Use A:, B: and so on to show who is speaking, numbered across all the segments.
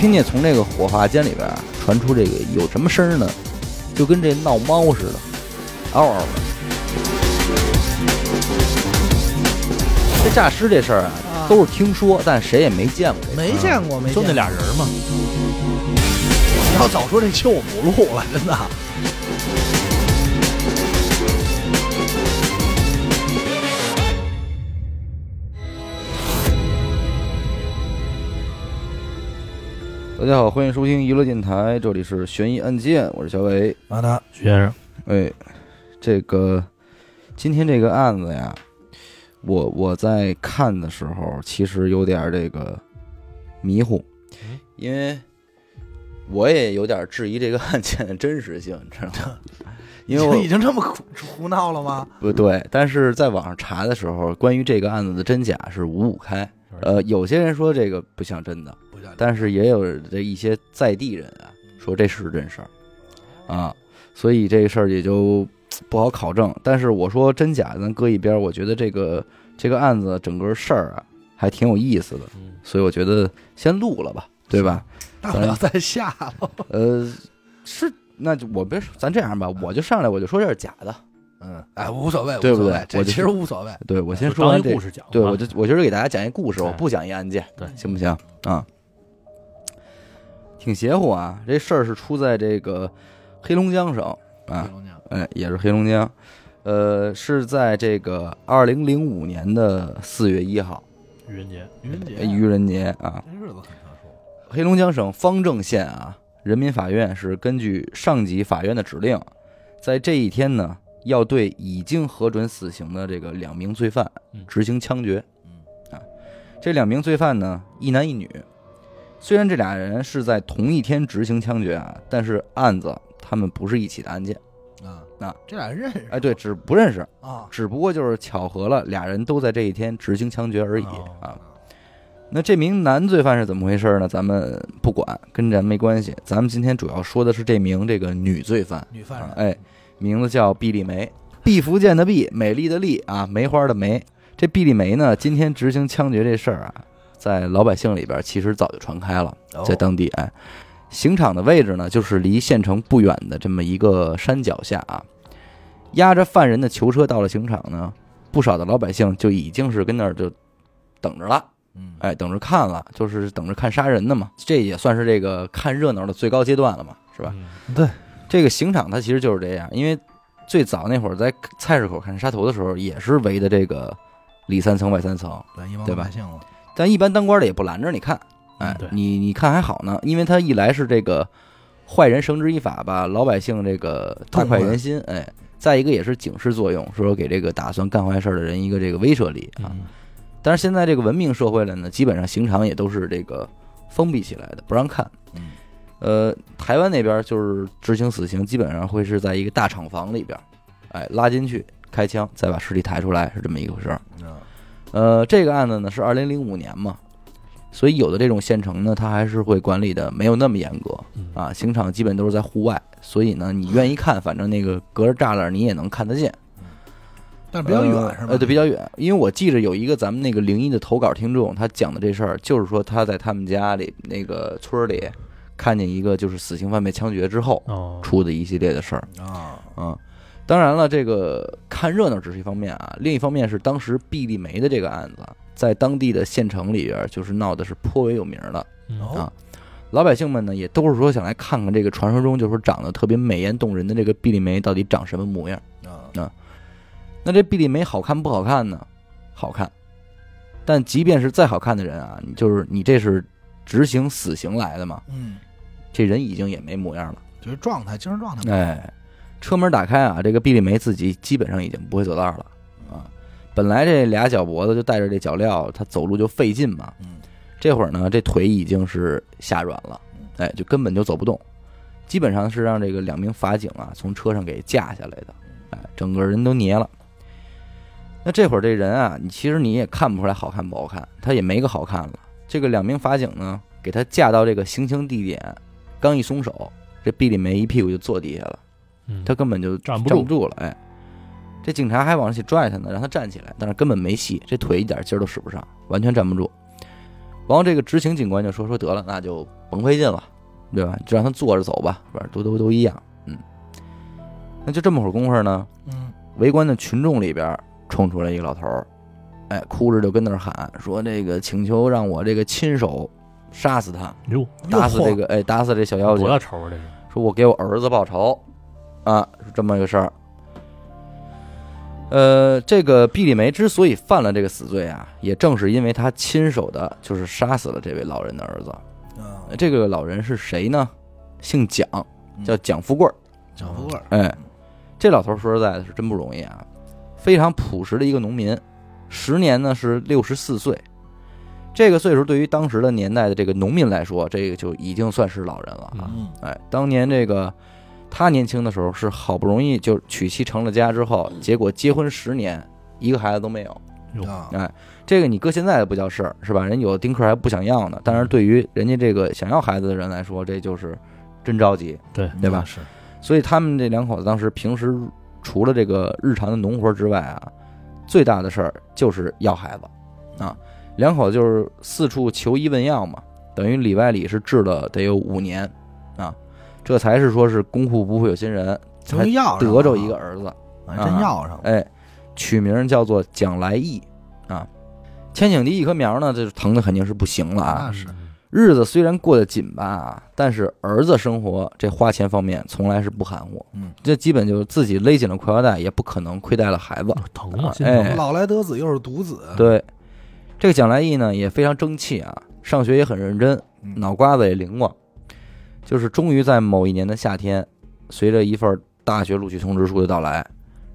A: 听见从这个火化间里边啊传出这个有什么声儿呢？就跟这闹猫似的，嗷嗷的。这诈尸这事儿啊，
B: 啊
A: 都是听说，但谁也没见过这个。
B: 没见过，没见过
C: 就那俩人嘛，
B: 要早说这期我不录了，真的。
A: 大家好，欢迎收听娱乐电台，这里是悬疑案件，我是小伟。
B: 完了，
C: 徐先生，
A: 哎，这个今天这个案子呀，我我在看的时候，其实有点儿这个迷糊
C: 嗯，
A: 因为我也有点儿质疑这个案件的真实性，你知道吗？因为
B: 已
A: 我
B: 经这么胡胡闹了吗？
A: 不呃对，但是在网上查的时候，关于这个案子的真假是五五开。呃，有些人说这个不像真的，
B: 不像
A: 但是也有这一些在地人啊说这是真事儿啊，所以这个事儿也就不好考证。但是我说真假咱搁一边儿，我觉得这个这个案子整个事儿啊还挺有意思的，
C: 嗯
A: 所以我觉得先录了吧，对吧？
B: 大不了再下了。
A: 呃，是，那就我别说，咱这样吧，我就上来我就说这是假的， 嗯，
B: 哎，无所谓，
A: 对不对
B: 无所谓这
A: 我就
B: 其实无所谓。
A: 对我先
C: 就
A: 说
C: 当
A: 完
C: 一
A: 这
C: 故事讲吧，
A: 对，我就我就是给大家讲一故事，
C: 哎
A: 我不讲一案件，
C: 对
A: 行不行啊？挺邪乎啊！这事儿是出在这个黑龙江省
B: 黑
A: 啊，
B: 龙江
A: 哎，也是黑龙江，呃，是在这个二零零五年的四月一号，
C: 愚人节，
B: 愚人节，
A: 呃愚人节啊，
B: 这日子很特殊。
A: 黑龙江省方正县啊，人民法院是根据上级法院的指令，在这一天呢，要对已经核准死刑的这个两名罪犯
C: 嗯
A: 执行枪决
B: 嗯。
A: 啊，这两名罪犯呢，一男一女。虽然这俩人是在同一天执行枪决啊，但是案子他们不是一起的案件。
B: 啊，
A: 啊
B: 这俩人认识
A: 哎，对，只不认识，
B: 啊？
A: 只不过就是巧合了，俩人都在这一天执行枪决而已
C: 哦
A: 啊。那这名男罪犯是怎么回事呢？咱们不管，跟咱没关系。咱们今天主要说的是这名这个女罪犯，
B: 女犯人，
A: 哎，名字叫毕丽梅，毕福剑的毕，美丽的丽啊，梅花的梅。这毕丽梅呢，今天执行枪决这事儿啊，在老百姓里边其实早就传开了，
B: 哦
A: 在当地哎，刑场的位置呢，就是离县城不远的这么一个山脚下啊。押着犯人的囚车到了刑场呢，不少的老百姓就已经是跟那儿就等着了。
B: 嗯，
A: 哎，等着看了，就是等着看杀人的嘛，这也算是这个看热闹的最高阶段了嘛，是吧？
C: 嗯？
B: 对，
A: 这个刑场它其实就是这样，因为最早那会儿在菜市口看杀头的时候，也是围的这个里三层外三层，
B: 咱一帮
A: 对
B: 老
A: 吧
B: 百姓了，
A: 但一般当官的也不拦着你看，哎
C: 嗯对，
A: 你你看还好呢，因为他一来是这个坏人绳之以法吧，老百姓这个大快人心，哎，再一个也是警示作用，说给这个打算干坏事的人一个这个威慑力啊。
C: 嗯
A: 但是现在这个文明社会了呢，基本上刑场也都是这个封闭起来的，不让看。
B: 嗯，
A: 呃，台湾那边就是执行死刑，基本上会是在一个大厂房里边，哎，拉进去开枪，再把尸体抬出来，是这么一个回事儿。
B: 你知道吗
A: 呃，这个案子呢是二零零五年嘛，所以有的这种县城呢，它还是会管理的没有那么严格
C: 嗯
A: 啊，刑场基本都是在户外，所以呢，你愿意看，反正那个隔着栅栏你也能看得见。
B: 但是比较远是吧？
A: 呃，对，比较远。因为我记着有一个咱们那个灵异的投稿听众，他讲的这事儿，就是说他在他们家里那个村儿里看见一个就是死刑犯被枪决之后
C: 哦，
A: 出的一系列的事儿
B: 啊，
A: 啊、当然了，这个看热闹只是一方面啊，另一方面是当时毕丽梅的这个案子，在当地的县城里边儿就是闹的是颇为有名儿的，
C: 嗯
B: 哦
A: 啊老百姓们呢也都是说想来看看这个传说中就是说长得特别美艳动人的这个毕丽梅到底长什么模样。
B: 啊，
A: 那这毕丽梅好看不好看呢？好看，但即便是再好看的人啊，你就是你这是执行死刑来的嘛，
B: 嗯，
A: 这人已经也没模样了。
B: 就是状态，精神状态不好，
A: 哎，车门打开啊，这个毕丽梅自己基本上已经不会走道了啊。本来这俩脚脖子就带着这脚镣，她走路就费劲嘛。
B: 嗯，
A: 这会儿呢，这腿已经是吓软了，哎，就根本就走不动，基本上是让这个两名法警啊从车上给架下来的，哎，整个人都捏了。那这会儿这人啊，你其实你也看不出来好看不好看，他也没个好看了。这个两名法警呢，给他架到这个行刑地点，刚一松手，这毕丽梅一屁股就坐地下了，
C: 嗯
A: 他根本就
C: 站
A: 站
C: 不住
A: 了，哎。这警察还往上去拽他呢，让他站起来，但是根本没戏，这腿一点劲儿都使不上，完全站不住。然后这个执行警官就说：“说得了，那就甭费劲了，对吧？就让他坐着走吧，反正都都都一样。嗯，那就这么会儿功夫呢，
B: 嗯
A: 围观的群众里边冲出来一个老头儿，哎，哭着就跟那儿喊说：“这个请求让我这个亲手杀死他，
C: 哟，
B: 嗯
A: 打死这个哎，打死这小妖精
C: 多。大仇啊这是？
A: 说我给我儿子报仇，啊，是这么一个事儿。呃，这个毕丽梅之所以犯了这个死罪啊，也正是因为她亲手的，就是杀死了这位老人的儿子。
B: 啊，嗯
A: 呃这个老人是谁呢？姓蒋，叫蒋富贵儿。
B: 蒋富贵儿，
A: 哎，这老头儿说实在的是真不容易啊，非常朴实的一个农民，时年呢是六十四岁。这个岁数对于当时的年代的这个农民来说，这个就已经算是老人了啊。
B: 嗯
A: 哎，当年这个他年轻的时候是好不容易就娶妻成了家之后，结果结婚十年一个孩子都没有，
C: 哟，
B: 啊，
A: 这个你搁现在不叫事儿是吧？人有的丁克还不想要呢，但是对于人家这个想要孩子的人来说，这就是真着急。对吧
B: 那嗯是，
A: 所以他们这两口子当时平时除了这个日常的农活之外啊，最大的事儿就是要孩子啊。两口子就是四处求医问药嘛，等于里外里是治了得有五年啊，这才是说是功夫不负有心人，
B: 终于要上啊了
A: 得着一个，儿子，
B: 还真要上了，
A: 哎，取名叫做蒋来义啊。千顷地一棵苗呢，这疼的肯定是不行了啊。
B: 那是
C: 嗯
A: 日子虽然过得紧巴啊，但是儿子生活这花钱方面从来是不含糊，
B: 嗯，
A: 这基本就是自己勒紧了裤腰带，也不可能亏待了孩子。
C: 疼吗？心
A: 哎
C: 疼。啊
B: 老来得子又是独子，
A: 对，这个蒋来义呢也非常争气啊，上学也很认真，
B: 嗯
A: 脑瓜子也灵光，就是终于在某一年的夏天，随着一份大学录取通知书的到来，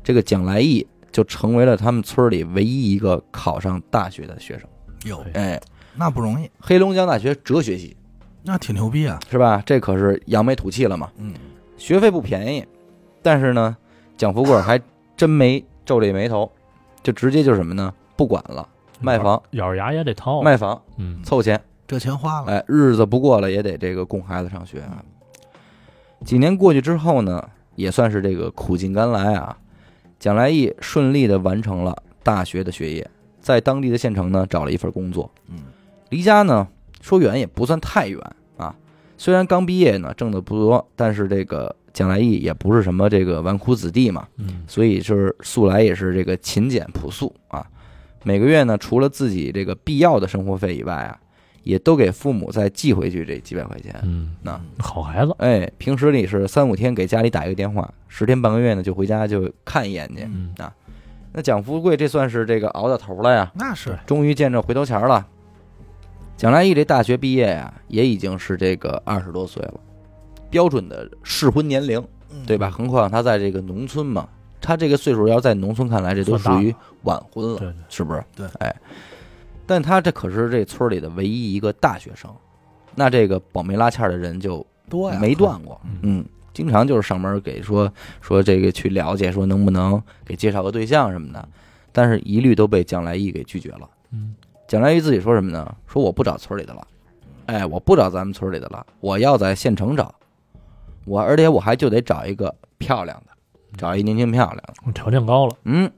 A: 这个蒋来义就成为了他们村里唯一一个考上大学的学生。
B: 哟，
A: 哎，
B: 那不容易，
A: 黑龙江大学哲学系
B: 那挺牛逼啊，
A: 是吧？这可是扬眉吐气了嘛。
B: 嗯，
A: 学费不便宜，但是呢，蒋富贵儿还真没皱这眉头，就直接就是什么呢？不管了，卖房，
C: 咬着牙也得掏。
A: 卖房
C: 嗯，
A: 凑钱，
B: 这钱花了，
A: 哎，日子不过了也得这个供孩子上学啊。几年过去之后呢，也算是这个苦尽甘来啊。蒋来义顺利的完成了大学的学业，在当地的县城呢找了一份工作。
B: 嗯，
A: 离家呢说远也不算太远啊，虽然刚毕业呢挣的不多，但是这个蒋来义也不是什么这个纨绔子弟嘛，
C: 嗯，
A: 所以就是素来也是这个勤俭朴素啊。每个月呢，除了自己这个必要的生活费以外啊，也都给父母再寄回去这几百块钱。
C: 嗯，
A: 那
C: 好孩子。
A: 哎，平时里是三五天给家里打一个电话，十天半个月呢就回家就看一眼去。
C: 嗯，
A: 那蒋富贵这算是这个熬到头了呀，
B: 那是，
A: 终于见着回头钱儿了。蒋来义这大学毕业呀、也已经是这个二十多岁了，标准的适婚年龄。
B: 嗯
A: 对吧？？何况他在这个农村嘛，他这个岁数要在农村看来，这都
C: 算大
A: 属
C: 了
A: 于晚婚了，
C: 对对，
A: 是不是？
B: 对，
A: 哎，但他这可是这村里的唯一一个大学生，那这个保媒拉纤的人就
B: 多呀，啊
A: 没断过，
C: 嗯
A: 嗯，经常就是上门给说说这个去了解，说能不能给介绍个对象什么的，但是一律都被蒋来义给拒绝了。
C: 嗯，
A: 蒋来义自己说什么呢？说我不找村里的了，哎，我不找咱们村里的了，我要在县城找，我而且我还就得找一个漂亮的，找一年轻漂亮的。
C: 条件高了
A: 嗯，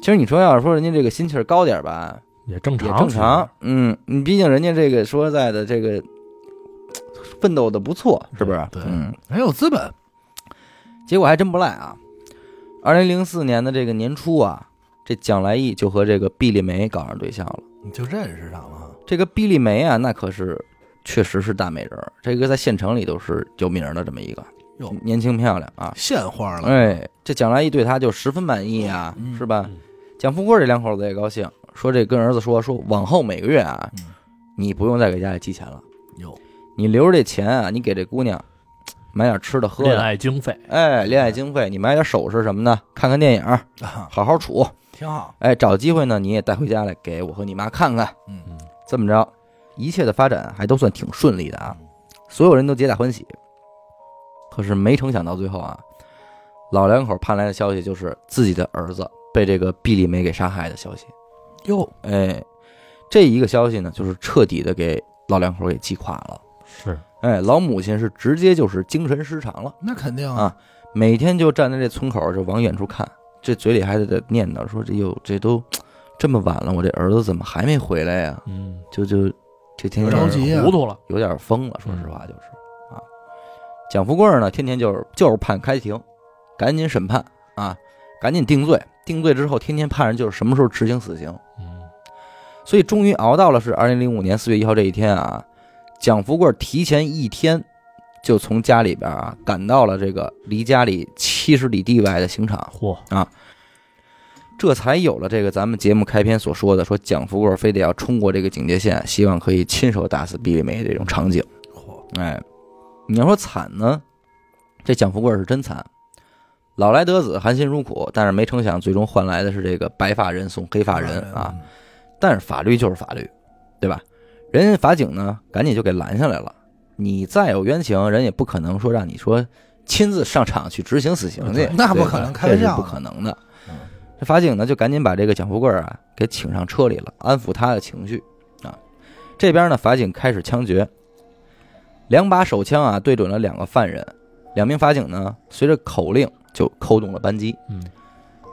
A: 其实你说要是说人家这个心气儿高点儿吧，
C: 也正
A: 也
C: 常，
A: 正常。嗯，你毕竟人家这个说实在的，这个嘖奋斗的不错，是不是？
B: 对对
A: 嗯，
B: 很有哎资本，
A: 结果还真不赖啊。二零零四年的这个年初啊，这蒋来义就和这个毕丽梅搞上对象了。
B: 你就认识上了啊，
A: 这个毕丽梅啊，那可是确实是大美人儿，这个在县城里都是有名儿的这么一个
B: 哟，
A: 年轻漂亮啊。
B: 现花了，
A: 哎，这蒋来义对她就十分满意啊，
B: 嗯
A: 是吧
C: 嗯？
A: 蒋富贵这两口子也高兴，说这跟儿子说说，往后每个月啊
B: 嗯，
A: 你不用再给家里寄钱了，
B: 哟，
A: 你留着这钱啊，你给这姑娘买点吃的喝
C: 恋
A: 的，
C: 爱经费，
A: 哎，恋爱经费，你买点首饰什么的，看看电影，
B: 啊，
A: 好好处，
B: 挺好，
A: 哎，找机会呢你也带回家来给我和你妈看看。
B: 嗯，
A: 这么着，一切的发展还都算挺顺利的啊，
B: 嗯
A: 所有人都皆大欢喜。可是没成想到最后啊，老两口盼来的消息就是自己的儿子被这个毕丽梅给杀害的消息。
B: 哟，
A: 哎，这一个消息呢，就是彻底的给老两口给击垮了。
C: 是
A: 哎，老母亲是直接就是精神失常了，
B: 那肯定
A: 啊每天就站在这村口就往远处看，这嘴里还得在念叨说：“这哟，这都这么晚了，我这儿子怎么还没回来呀、
C: 嗯，
A: 就就这天天
B: 着急啊
C: 糊涂了，
A: 有点疯了，说实话就是啊。蒋富贵呢，天天就是就是盼开庭，赶紧审判啊，赶紧定罪，定罪之后天天盼着就是什么时候执行死刑。
C: 嗯，
A: 所以终于熬到了是二零零五年四月一号这一天啊，蒋富贵提前一天就从家里边啊赶到了这个离家里七十里地外的刑场，
C: 嚯，
A: 这才有了这个咱们节目开篇所说的说蒋富贵非得要冲过这个警戒线，希望可以亲手打死毕丽梅这种场景。
B: 嚯，
A: 哎，你要说惨呢，这蒋富贵是真惨，老来得子，含辛茹苦，但是没成想最终换来的是这个白发人送黑发人啊。，但是法律就是法律，对吧？人家法警呢，赶紧就给拦下来了。你再有冤情，人也不可能说让你说亲自上场去执行死刑去
B: 嗯，那
A: 对吧
B: 不可能开
A: 这
B: 玩
A: 是
B: 笑
A: 不可能的
B: 嗯。
A: 这法警呢，就赶紧把这个蒋富贵啊给请上车里了，安抚他的情绪啊。这边呢，法警开始枪决，两把手枪啊对准了两个犯人，两名法警呢随着口令就扣动了扳机。
C: 嗯，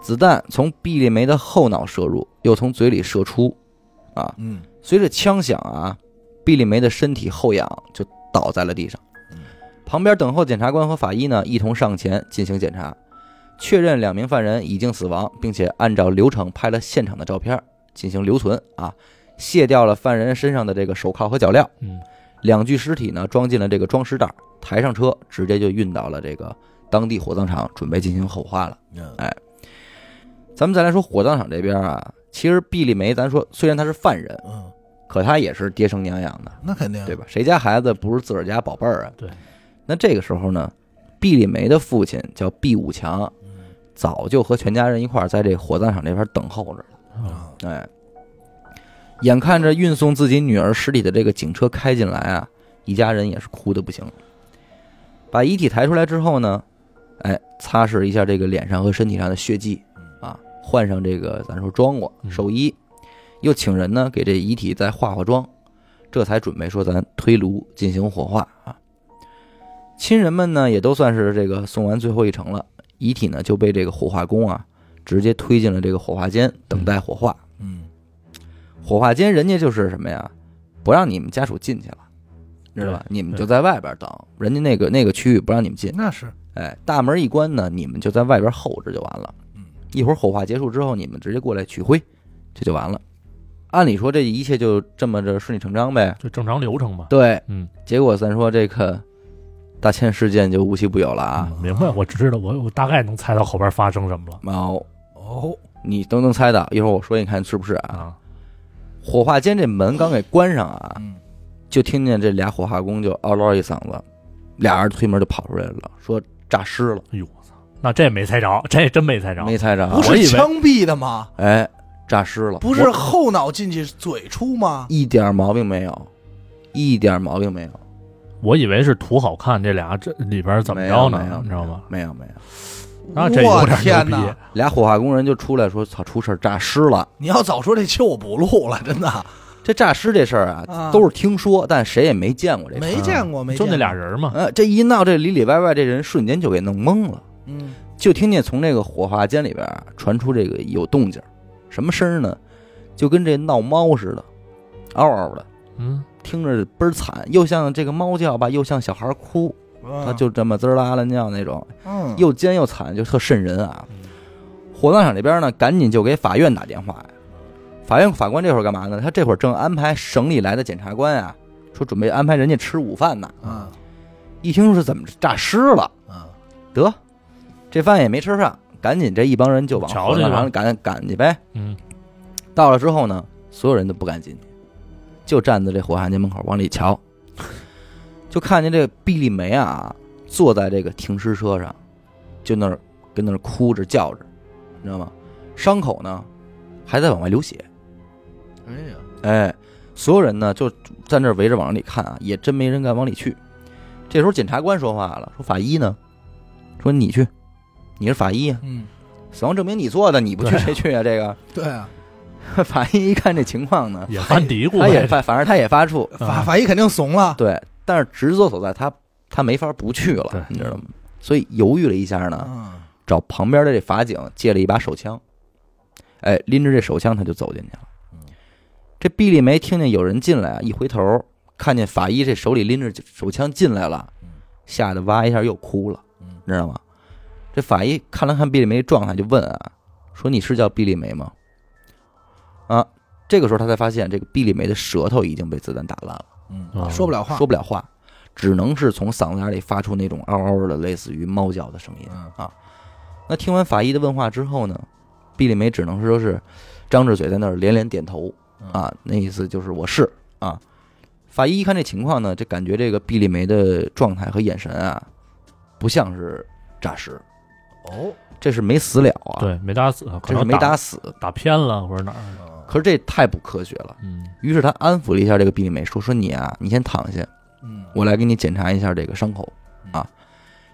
A: 子弹从毕丽梅的后脑射入，又从嘴里射出，啊，
B: 嗯，
A: 随着枪响啊，毕丽梅的身体后仰，就倒在了地上
B: 嗯。
A: 旁边等候检察官和法医呢，一同上前进行检查，确认两名犯人已经死亡，并且按照流程拍了现场的照片进行留存啊，卸掉了犯人身上的这个手铐和脚镣，
C: 嗯，
A: 两具尸体呢装进了这个装尸袋，抬上车，直接就运到了这个当地火葬场，准备进行火化了。
B: 嗯
A: 咱们再来说火葬场这边啊，其实毕丽梅，咱说虽然她是犯人，
B: 嗯，
A: 可她也是爹生娘养的，
B: 那肯定
A: 对吧？谁家孩子不是自个儿家宝贝儿啊？
C: 对。
A: 那这个时候呢，毕丽梅的父亲叫毕武强，早就和全家人一块儿在这火葬场这边等候着
C: 啊，
B: 啊，
A: 了。哎，眼看着运送自己女儿尸体的这个警车开进来啊，一家人也是哭的不行了。把遗体抬出来之后呢，哎，擦拭一下这个脸上和身体上的血迹，啊，换上这个咱说装过
C: 嗯
A: 寿衣，又请人呢给这遗体再化化妆，这才准备说咱推炉进行火化啊。亲人们呢也都算是这个送完最后一程了，遗体呢就被这个火化工啊直接推进了这个火化间等待火化。
B: 嗯，
A: 火化间人家就是什么呀，不让你们家属进去了，知道吧？你们就在外边等，人家那个那个区域不让你们进。
B: 那是
A: 哎，大门一关呢，你们就在外边候着就完了
B: 嗯。
A: 一会儿火化结束之后，你们直接过来取灰，这就完了。按理说这一切就这么着顺理成章呗。
C: 就正常流程吧。
A: 对，
C: 嗯
A: 结果咱说这个大千事件就无奇不有了啊。
C: 嗯明白，我知道，我我大概能猜到后边发生什么了
A: 猫、
B: 哦，
A: 你都能猜到，一会儿我说你看是不是啊？
C: 啊。
A: 火化间这门刚给关上啊，
B: 嗯
A: 就听见这俩火化工就嗷唠一嗓子，俩人推门就跑出来了，说诈尸了，
C: 哎呦我操，那这没猜着，这真没猜着。
A: 没猜着啊
B: 不，
C: 我以
B: 是
C: 为
B: 枪毙的吗？
A: 哎，诈尸了，
B: 不是后脑进去，嘴出吗？
A: 一点毛病没有，一点毛病没有，
C: 我以为是图好看，这俩这里边怎么着
A: 没有没
C: 呢
A: 有？
C: 你知道吗？
A: 没有没有，啊
C: 那这有
B: 我
C: 点
B: 天
C: 牛逼
B: 哪！，
A: 俩火化工人就出来说：“操，出事儿，诈尸了
B: 你要早说这期我不录了，真的！”
A: 这诈尸这事儿啊，
B: 啊
A: 都是听说，但谁也没见过这事儿。
B: 没见过，没见
C: 就那
B: 过
C: 俩，人嘛，
A: 呃，这一闹，这里里外外，这人瞬间就给弄懵了，
B: 嗯，
A: 就听见从这个火化间里边啊传出这个有动静儿，什么声儿呢？就跟这闹猫似的，嗷嗷的，
C: 嗯，
A: 听着倍儿惨，又像这个猫叫吧，又像小孩儿哭，他就这么滋儿啦啦尿那种，
B: 嗯
A: 又尖又惨，就特瘆人啊
C: 嗯。
A: 火葬场这边呢，赶紧就给法院打电话呀。法院法官这会儿干嘛呢？他这会儿正安排省里来的检察官啊，说准备安排人家吃午饭呢。
B: 嗯
A: 一听是怎么诈尸了，
B: 嗯
A: 得这饭也没吃上，赶紧这一帮人就往
C: 瞧
A: 火
C: 去吧
A: 葬场赶赶去呗。
C: 嗯，
A: 到了之后呢，所有人都不敢进去，就站在这火化间门口往里瞧，就看见这毕丽梅啊坐在这个停尸车上，就那儿跟那儿哭着叫着，你知道吗？伤口呢还在往外流血，
B: 哎呀，
A: 哎，所有人呢就在那儿围着往里看啊，也真没人敢往里去。这时候检察官说话了，说法医呢，说你去，你是法医啊，
B: 嗯，
A: 死亡证明你做的，你不去
C: 对啊
A: 谁去啊？这个
B: 对啊，
A: 法医一看这情况呢，
C: 也犯嘀咕
A: 他也
C: 呗，
A: 发，反正他也发怵，
B: 法法医肯定怂了，
A: 对，但是职责所在，他他没法不去
C: 对
A: 了，你知道吗？所以犹豫了一下呢，
B: 嗯，
A: 找旁边的这法警借了一把手枪，哎，拎着这手枪他就走进去了
B: 嗯。
A: 这毕丽梅听见有人进来啊，一回头看见法医这手里拎着手枪进来了，吓得哇一下又哭了，
B: 嗯
A: 你知道吗？这法医看了看毕丽梅状态，就问啊，说你是叫毕丽梅吗？啊，这个时候他才发现这个毕丽梅的舌头已经被子弹打烂了。
B: 嗯，
C: 嗯
B: 说不了话
A: 说，不了话，只能是从嗓子眼里发出那种嗷嗷的类似于猫叫的声音
B: 嗯
A: 啊。那听完法医的问话之后呢，毕丽梅只能是说是张着嘴在那儿连连点头
B: 嗯
A: 啊，那意思就是我是啊。法医一看这情况呢，这感觉这个毕丽梅的状态和眼神啊，不像是诈尸，
B: 哦，
A: 这是没死了啊，
C: 对，没打死，可
A: 这是
C: 能
A: 没打死。
C: 打偏了或者哪儿，
B: 嗯
A: 可是这太不科学了。
C: 嗯
A: 于是他安抚了一下这个毕丽梅，说：“说你啊，你先躺下，
B: 嗯，
A: 我来给你检查一下这个伤口
C: 嗯
A: 啊，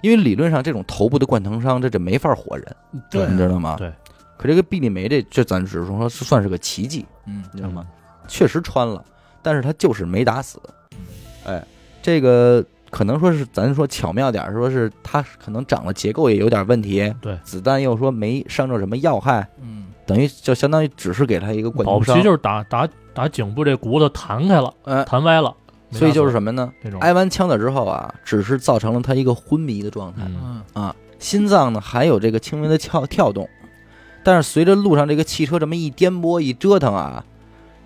A: 因为理论上这种头部的贯疼伤，这这没法活人，
B: 对啊
A: 你知道吗？
C: 对。
A: 可这个毕丽梅这这咱只是说是算是个奇迹，
B: 嗯
A: 你知道吗？确实穿了，但是他就是没打死。
C: 嗯
A: 哎，这个可能说是咱说巧妙点儿，说是他可能长了结构也有点问题，
C: 对
A: 子弹又说没伤着什么要害，
B: 嗯
A: 等于就相当于只是给他一个贯
C: 保
A: 通
C: 不
A: 伤
C: 齐，就是打打打颈部这骨头弹开了，
A: 哎，
C: 弹歪了，没
A: 所以
C: 打
A: 就是哎
C: 死
A: 什么呢？
C: 这种，
A: 挨完枪的之后啊，只是造成了他一个昏迷的状态。
C: 嗯，
B: 嗯
A: 啊，心脏呢还有这个轻微的跳跳动，但是随着路上这个汽车这么一颠簸一折腾啊，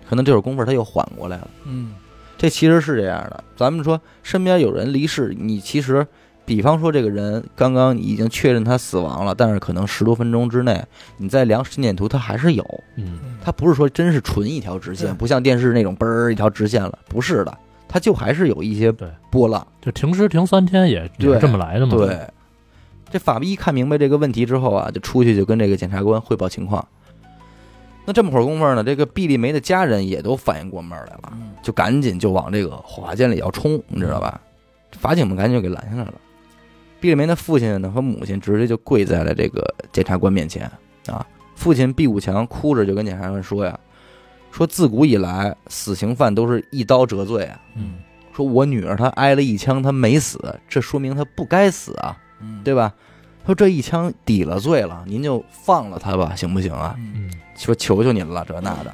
A: 可能这会儿功夫他又缓过来了。
B: 嗯
A: 这其实是这样的，咱们说身边有人离世，你其实，比方说这个人刚刚已经确认他死亡了，但是可能十多分钟之内，你再量心电图，他还是有，
C: 嗯，
B: 嗯，
A: 他不是说真是纯一条直线，
B: 对
A: 不像电视那种嘣儿一条直线了，不是的，他就还是有一些
C: 对
A: 波浪。
C: 就停尸停三天也也
A: 对
C: 是这么来的嘛，
A: 对，这法医看明白这个问题之后啊，就出去就跟这个检察官汇报情况。那这么会儿功夫呢，这个毕丽梅的家人也都反应过味儿来了，
B: 嗯
A: 就赶紧就往这个火化间里要冲，你知道吧？法警们赶紧就给拦下来了。毕丽梅的父亲呢和母亲直接就跪在了这个检察官面前啊。父亲毕武强哭着就跟检察官说呀：“说自古以来，死刑犯都是一刀折罪啊。
C: 嗯，
A: 说我女儿她挨了一枪，她没死，这说明她不该死啊。”
B: 嗯，
A: 对吧？说这一枪抵了罪了，您就放了他吧，行不行啊？
B: 嗯，
C: 嗯，
A: 说求求您了，这那的。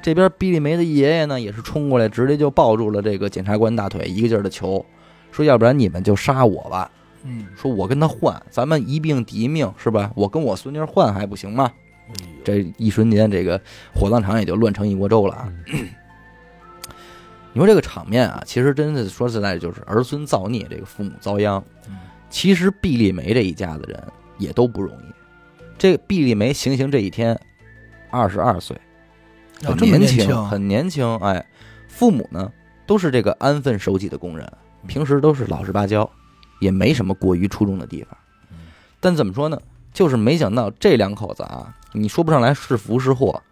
A: 这边毕丽梅的爷爷呢，也是冲过来，直接就抱住了这个检察官大腿，一个劲儿的求，说要不然你们就杀我吧，
B: 嗯，
A: 说我跟他换，咱们一命抵一命，是吧？我跟我孙女换还不行吗？
B: 哎
A: 这一瞬间，这个火葬场也就乱成一锅粥了啊！
C: 嗯
A: 你说这个场面啊，其实真的说实在的，就是儿孙造孽，这个父母遭殃。
B: 嗯
A: 其实毕丽梅这一家子人也都不容易。这毕丽梅行刑这一天，二十二岁，
B: 要
A: 很
B: 哦这么
A: 年
B: 轻，
A: 很年轻。哎，父母呢都是这个安分守己的工人，
B: 嗯
A: 平时都是老实巴交，也没什么过于出众的地方
B: 嗯。
A: 但怎么说呢，就是没想到这两口子啊，你说不上来是福是祸，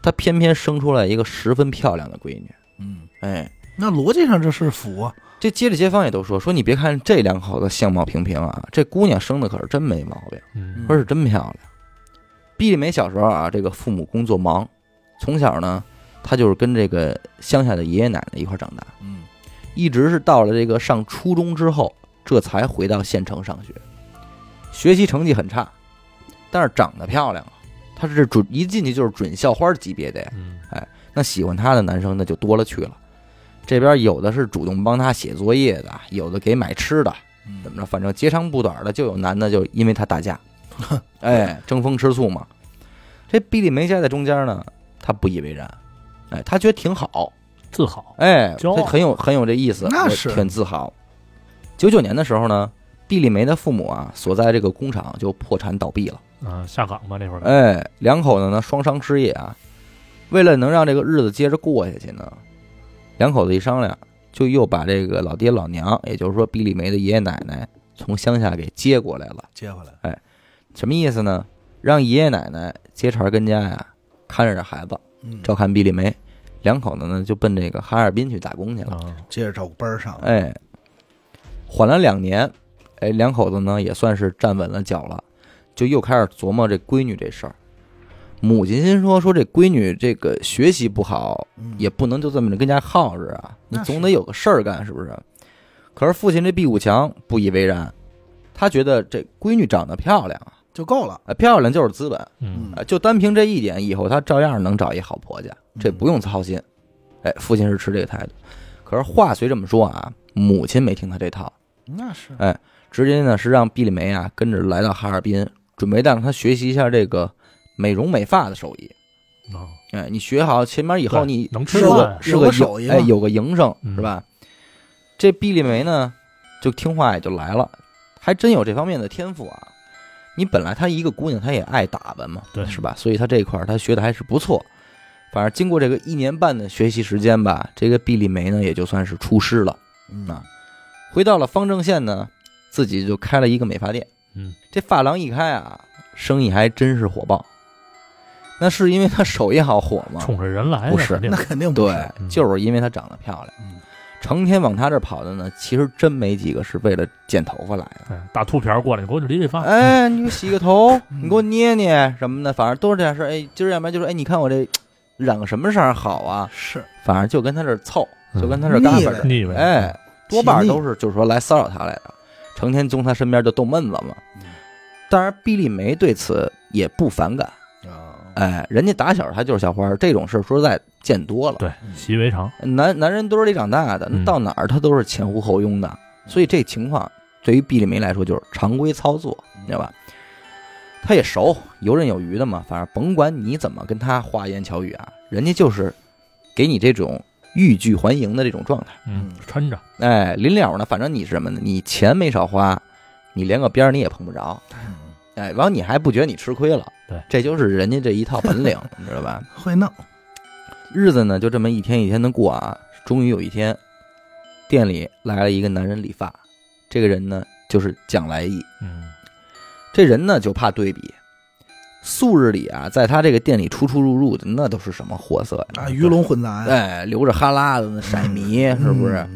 A: 他偏偏生出来一个十分漂亮的闺女。
B: 嗯，
A: 哎，
B: 那逻辑上这是福啊，
A: 这街里街坊也都说说，你别看这两口子相貌平平啊，这姑娘生的可是真没毛病。
C: 嗯，
A: 说是真漂亮。毕丽梅小时候啊，这个父母工作忙，从小呢，她就是跟这个乡下的爷爷奶奶一块儿长大，
B: 嗯
A: 一直是到了这个上初中之后，这才回到县城上学。学习成绩很差，但是长得漂亮啊，她是准一进去就是准校花级别的呀。
C: 嗯，
A: 那喜欢她的男生那就多了去了，这边有的是主动帮她写作业的，有的给买吃的，
B: 嗯，
A: 怎么着，反正截长补短的就有男的就因为他打架，哎，争风吃醋嘛。这毕丽梅夹在中间呢，她不以为然，哎，她觉得挺好，
C: 自好，
A: 哎，
C: 骄傲
A: 她很有很有这意思，
B: 那
A: 我
B: 是
A: 挺自豪。九九年的时候呢，毕丽梅的父母啊所在这个工厂就破产倒闭了，
C: 啊，下岗吧那会儿，
A: 哎，两口子呢双商失业啊，为了能让这个日子接着过下去呢，两口子一商量，就又把这个老爹老娘，也就是说毕丽梅的爷爷奶奶从乡下给接过来了。
B: 接回来，
A: 什么意思呢？让爷爷奶奶接茬儿跟家呀，看着这孩子，
B: 嗯，
A: 照看毕丽梅。两口子呢就奔这个哈尔滨去打工去了。
C: 啊，
B: 接着照顾班儿上，
A: 哎，缓了两年，哎，两口子呢也算是站稳了脚了，就又开始琢磨这闺女这事儿。母亲心说说这闺女这个学习不好，
B: 嗯
A: 也不能就这么着跟家耗着啊，你
B: 那是
A: 总得有个事儿干，是不是？可是父亲这毕武强不以为然，他觉得这闺女长得漂亮啊，
B: 就够了，
A: 啊漂亮就是资本，
B: 嗯
C: 嗯
A: 啊，就单凭这一点，以后她照样能找一好婆家，这
B: 嗯
A: 不用操心。哎，父亲是持这个态度。可是话虽这么说啊，母亲没听他这套，
B: 那是
A: 直接呢是让毕丽梅啊跟着来到哈尔滨，准备让她学习一下这个美容美发的手艺。
C: 啊，
A: 哎，你学好前面以后
C: 对
A: 你
C: 能
A: 是
C: 吃
A: 个
C: 饭
A: 是
B: 有
A: 个
B: 个手艺
A: 哎
B: 嘛
A: 有个营生
C: 嗯
A: 是吧？这毕丽梅呢就听话也就来了，还真有这方面的天赋啊。你本来她一个姑娘，她也爱打扮嘛，
C: 对
A: 是吧？所以她这一块儿她学的还是不错。反正经过这个一年半的学习时间吧，这个毕丽梅呢也就算是出师了。
B: 嗯
A: 啊回到了方正县呢，自己就开了一个美发店。
C: 嗯，
A: 这发廊一开啊，生意还真是火爆。那是因为她手艺好火吗？
C: 冲着人来的，
A: 不是
C: 肯定
B: 那肯定不
A: 对
B: 是，
C: 嗯，
A: 就是因为她长得漂亮
B: 嗯，
A: 成天往她这儿跑的呢，其实真没几个是为了剪头发来的。
C: 哎大秃瓢过来，你给我理理发，
A: 哎，你给我洗个头，
B: 啊 嗯
A: 你给我捏捏什么的，反正都是这样事儿。哎，今儿要不然就说，哎，你看我这染个什么色儿好啊？
B: 是
A: 反正就跟她这儿凑，就跟她这儿
B: 嗯
A: 嘎
B: 腻嗯
A: 巴
B: 歪
A: 着。
C: 腻歪，
A: 哎，多半都是就是说来骚扰她来的，成天从她身边就逗闷子嘛
B: 嗯。
A: 当然，毕丽梅对此也不反感。
B: 啊，
A: 哎，人家打小她就是小花儿，这种事儿说实在见多了。
C: 对，习以为常，
A: 男男人堆里长大的，
C: 嗯
A: 到哪儿他都是前呼后拥的，所以这情况对于毕丽梅来说就是常规操作，
C: 嗯
A: 你知道吧？他也熟，游刃有余的嘛，反正甭管你怎么跟他花言巧语啊，人家就是给你这种欲拒还迎的这种状态。
C: 嗯
B: 嗯，
C: 抻着，
A: 哎，临了呢，反正你是什么呢？你钱没少花，你连个边儿你也碰不着，
B: 嗯
A: 哎，完了你还不觉得你吃亏了？
C: 对
A: 这就是人家这一套本领， 你知道吧？
B: 会弄，
A: 日子呢就这么一天一天的过啊。终于有一天，店里来了一个男人理发，这个人呢就是蒋来义。
C: 嗯，
A: 这人呢就怕对比，素日里啊，在他这个店里出出入入的那都是什么货色呀？
B: 啊，鱼龙混杂呀，
A: 哎，流着哈喇子、色迷，
B: 嗯
A: 是不是？？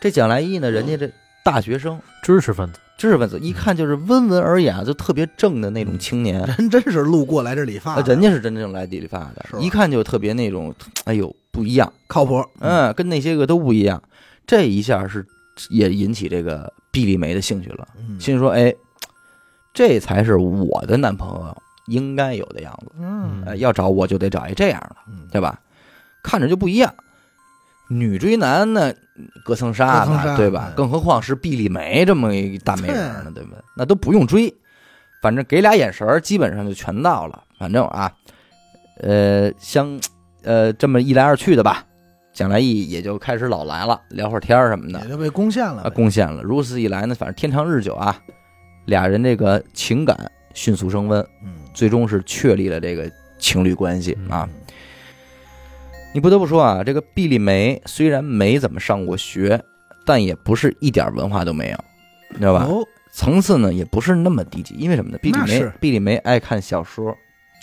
A: 这蒋来义呢，人家这大学生、
C: 知识分子，
A: 知识分
B: 嗯
A: 子，一看就是温文尔雅，就特别正的那种青年。
B: 人真是路过来这理发
A: 啊
B: 的，
A: 人家是真正来理发的
B: 嗯是，吧
A: 一看就特别那种，哎呦不一样。
B: 靠谱，
A: 嗯，跟那些个都不一样。这一下是也引起这个毕丽梅的兴趣了，
B: 嗯，
A: 心说：“哎，这才是我的男朋友应该有的样子。
B: 嗯
A: 哎，
C: 嗯
A: 要找我就得找一这样的，
B: 嗯，
A: 对吧？看着就不一样。女追男呢，隔层纱
B: 隔层
A: 吧，
B: 纱
A: 对吧
B: 嗯？
A: 更何况是毕丽梅这么一大美人儿呢，对不对？那都不用追，反正给俩眼神儿，基本上就全到了。反正啊，呃，相呃这么一来二去的吧，蒋来义也就开始老来了，聊会儿天儿什么的
B: 也就被攻陷了
A: 啊，
B: 呗，
A: 贡献了。如此一来呢，反正天长日久啊，俩人这个情感迅速升温，
B: 嗯，
A: 最终是确立了这个情侣关系
C: 嗯
A: 啊。你不得不说啊，这个毕丽梅虽然没怎么上过学，但也不是一点文化都没有，你知道吧？
B: 哦，
A: 层次呢也不是那么低级，因为什么呢？毕丽
B: 那
A: 梅
B: 是，
A: 毕丽梅爱看小说，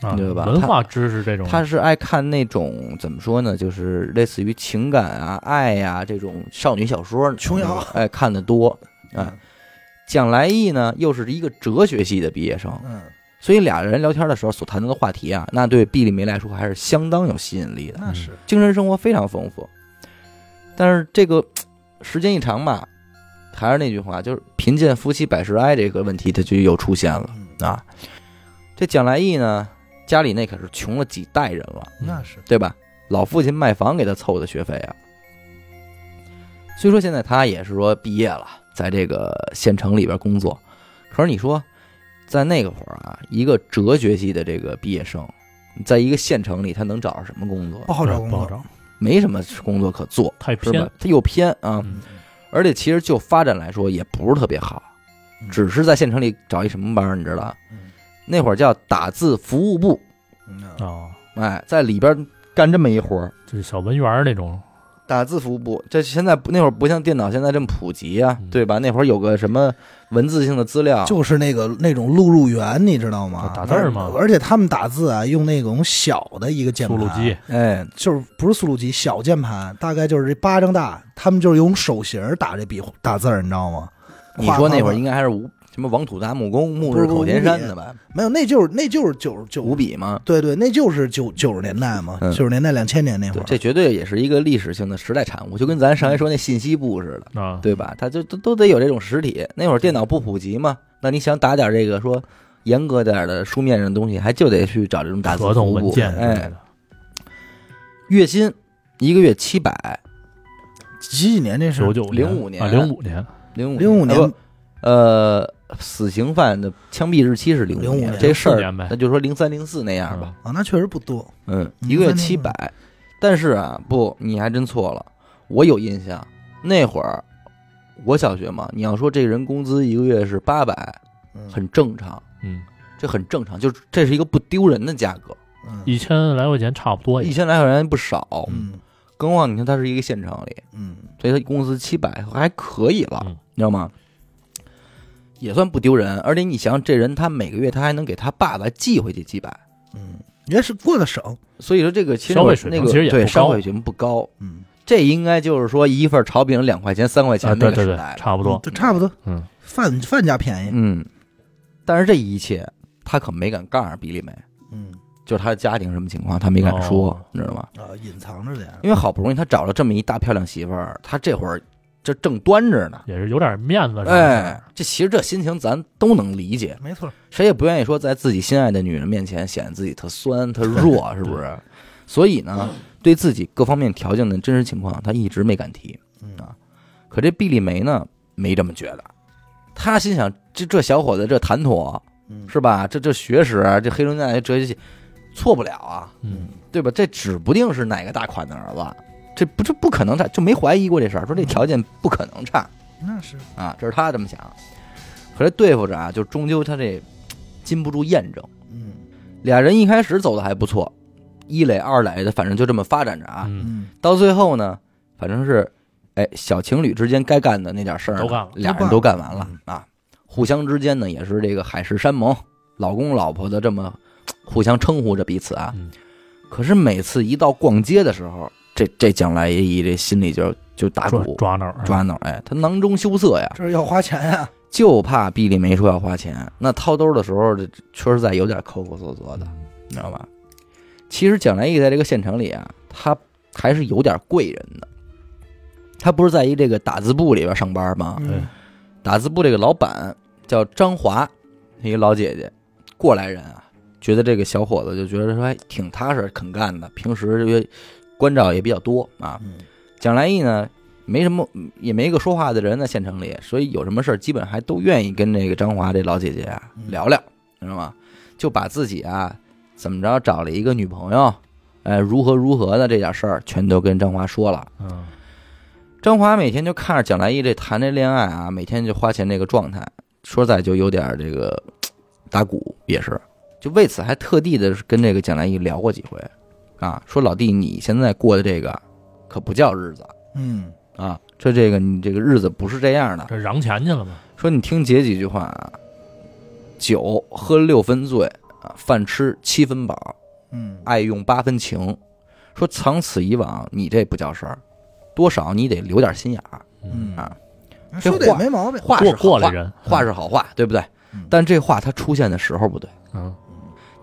C: 啊
A: 对吧
C: 文
A: 他
C: 化知识这种，
A: 她是爱看那种怎么说呢，就是类似于情感啊、爱呀、这种少女小说，
B: 琼瑶
A: 哎看的多。哎，蒋来义呢又是一个哲学系的毕业生，
B: 嗯，
A: 所以俩人聊天的时候所谈论的话题啊，那对毕丽梅来说还是相当有吸引力的。
B: 那是，
A: 精神生活非常丰富。但是这个时间一长吧，还是那句话，就是贫贱夫妻百事哀这个问题，它就又出现了
B: 嗯，
A: 啊。这蒋来义呢，家里那可是穷了几代人了，
B: 那是，
A: 对吧？老父亲卖房给他凑的学费啊。虽说现在他也是说毕业了，在这个县城里边工作，可是你说，在那个会儿啊，一个哲学系的这个毕业生，在一个县城里，他能找着什么工作？
B: 不好
C: 对
B: 找工
C: 嗯不好
B: 作，
C: 找，
A: 没什么工作可做，
C: 太
A: 是
C: 偏
A: 吧，？它又偏啊，
C: 嗯
A: 而且其实就发展来说也不是特别好，
B: 嗯
A: 只是在县城里找一什么班儿，你知道？
B: 嗯
A: 那会儿叫打字服务部，
B: 嗯
C: 啊，
A: 哎，在里边干这么一活儿，
C: 就是小文员儿那种，
A: 打字服务部。这现在不那会儿不像电脑现在这么普及啊，
C: 嗯
A: 对吧？那会儿有个什么文字性的资料，
B: 就是那个那种录入员，你知道吗？
C: 打字儿吗
B: 而而且他们打字啊，用那种小的一个键
C: 速
B: 盘，
C: 录机，啊
A: 哎，
B: 就是不是速录机，小键盘，大概就是这巴掌大。他们就是用手型儿打这笔打字儿，你知道吗？
A: 你说那会儿
B: 画
A: 应该还是五什么王土达木工、木
B: 不
A: 日
B: 是不是
A: 口田
B: 五
A: 山
B: 笔
A: 的吧？
B: 没有，那就是那就是九十
A: 五
B: 九，
A: 笔吗？
B: 对对，那就是九九十年代嘛，
A: 嗯
B: 九十年代两千年那会
A: 对，
B: 儿，
A: 这绝对也是一个历史性的时代产物，就跟咱上回说那信息部似的。
C: 啊，
A: 对吧？它就都都得有这种实体。那会儿电脑不普及嘛，那你想打点这个说严格点儿的书面上的东西，还就得去找这种打字哎
C: 合同
A: 服务
C: 文件之类
A: 哎，
C: 的，
A: 月薪一个月七百，
B: 几几年这是
C: 九？九
A: 05年
C: 啊，零五年，
A: 零五
B: 零五年
A: 啊不呃，死刑犯的枪毙日期是零
B: 05
A: 年
B: 年，
A: 这事
C: 四
A: 儿
C: 年呗
A: 那就说零三零四那样吧，
B: 啊，那确实不多。
A: 嗯，
B: 嗯
A: 一个月
B: 03
A: 七百，但是啊，不，你还真错了，我有印象，那会儿我小学嘛，你要说这人工资一个月是八百，
B: 嗯
A: 很正常，
C: 嗯，
A: 这很正常，就是这是一个不丢人的价格，
B: 嗯
C: 一千来块钱差不多
A: 一
C: 也，
A: 千来块钱不少，
B: 嗯
A: 更何况你看它是一个县城里，
B: 嗯
A: 所以他工资七百还可以了，
C: 嗯
A: 你知道吗？也算不丢人，而且你想想，这人他每个月他还能给他爸爸寄回去几百，
B: 嗯，也是过得省。
A: 所以说这个其实
C: 消费水平
A: 那个
C: 其实也
A: 对
C: 不高
A: 消费水平不高，
B: 嗯，
A: 这应该就是说一份炒饼两块钱三块
C: 啊
A: 钱那
C: 对
A: 个
C: 对
A: 时
C: 对
A: 代，了，
C: 差不多，
B: 这差不多，
C: 嗯，
B: 饭饭价便宜。
A: 嗯。但是这一切他可没敢告诉比利梅，
B: 嗯
A: 就是他的家庭什么情况他没敢说，
C: 哦
A: 你知道吗？
B: 啊，隐藏着点。
A: 因为好不容易他找了这么一大漂亮媳妇儿，他这会儿这正端着呢，
C: 啊也是有点面子上的事儿，
A: 哎，这其实这心情咱都能理解，
B: 没错，
A: 谁也不愿意说在自己心爱的女人面前显得自己特酸、特 弱，是不是？所以呢，对自己各方面条件的真实情况，他一直没敢提。
B: 嗯
A: 啊可这毕丽梅呢，没这么觉得。她心想：这这小伙子这谈吐
B: 嗯
A: 是吧？这这学识，这黑龙江大学哲学系，错不了啊，
C: 嗯，
A: 对吧？这指不定是哪个大款的儿子，这不这不可能差，就没怀疑过这事儿，
B: 嗯
A: 说这条件不可能差。
B: 那是
A: 啊，这是他这么想。可是对付着啊，就终究他这禁不住验证。
B: 嗯
A: 俩人一开始走的还不错，一垒二垒的，反正就这么发展着啊。
C: 嗯
B: 嗯
A: 到最后呢，反正是，哎，小情侣之间该干的那点事儿呢
C: 都干了嗯
A: 俩人都干完了啊。互相之间呢，也是这个海誓山盟，老公老婆的这么呃互相称呼着彼此啊。
C: 嗯
A: 可是每次一到逛街的时候，这这将来一这心里就就打
C: 抓
A: 鼓
C: 抓那儿，
A: 抓挠，哎，他囊中羞涩呀。
B: 这是要花钱呀。
A: 就怕毕丽梅说要花钱，那掏兜的时候，这确实在有点抠抠搜搜的，你知道吧？其实蒋来义在这个县城里啊，他还是有点贵人的。他不是在一这个打字部里边上班吗？
B: 嗯
A: 打字部这个老板叫张华，一个老姐姐，过来人啊，觉得这个小伙子就觉得说，哎，挺踏实肯干的，平时这个关照也比较多啊。
B: 嗯
A: 蒋来义呢，没什么，也没一个说话的人在县城里，所以有什么事儿，基本还都愿意跟这个张华这老姐姐啊
B: 嗯
A: 聊聊，知道吗？就把自己啊怎么着找了一个女朋友，哎，如何如何的这点事儿，全都跟张华说了。
C: 嗯，
A: 张华每天就看着蒋来义这谈这恋爱啊，每天就花钱这个状态，说实在就有点儿这个嘖打鼓，也是，就为此还特地的跟这个蒋来义聊过几回，啊，说老弟，你现在过的这个可不叫日子
B: 嗯
A: 啊，说这个你这个日子不是这样的，
C: 这嚷钱去了嘛，
A: 说你听姐几句话啊，酒喝六分醉啊，饭吃七分饱，
B: 嗯
A: 爱用八分情，说长此以往，你这不叫事儿，多少你得留点心眼儿。
B: 嗯
A: 啊，
B: 说的也没毛病。
A: 话是
C: 过
A: 好
C: 过来
A: 话，
C: 人，
A: 话是好话，对不对
B: 嗯？
A: 但这话它出现的时候不对。
C: 嗯，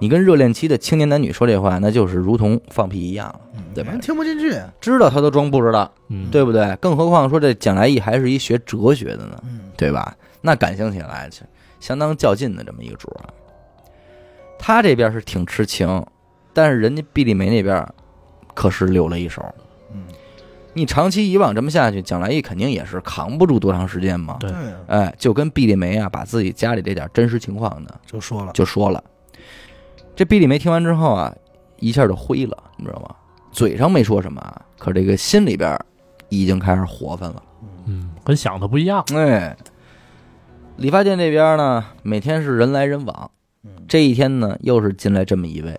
A: 你跟热恋期的青年男女说这话，那就是如同放屁一样了，
B: 嗯
A: 对吧
B: 人听不进去。
A: 知道他都装不知道，
C: 嗯，
A: 对不对？更何况说这蒋来义还是一学哲学的呢，
B: 嗯
A: 对吧？那感情起来是相当较劲的这么一个主儿啊。他这边是挺痴情，但是人家毕丽梅那边可是留了一手。
B: 嗯，
A: 你长期以往这么下去，蒋来义肯定也是扛不住多长时间嘛。
C: 对
B: 对呀，
A: 哎，就跟毕丽梅啊，把自己家里这点真实情况呢，
B: 就说了，
A: 就说了。这毕丽梅听完之后啊，一下就灰了，你知道吗？嘴上没说什么啊，可这个心里边儿已经开始活泛了。
C: 嗯，跟想的不一样，
A: 哎，理发店这边呢，每天是人来人往。
B: 嗯
A: 这一天呢，又是进来这么一位，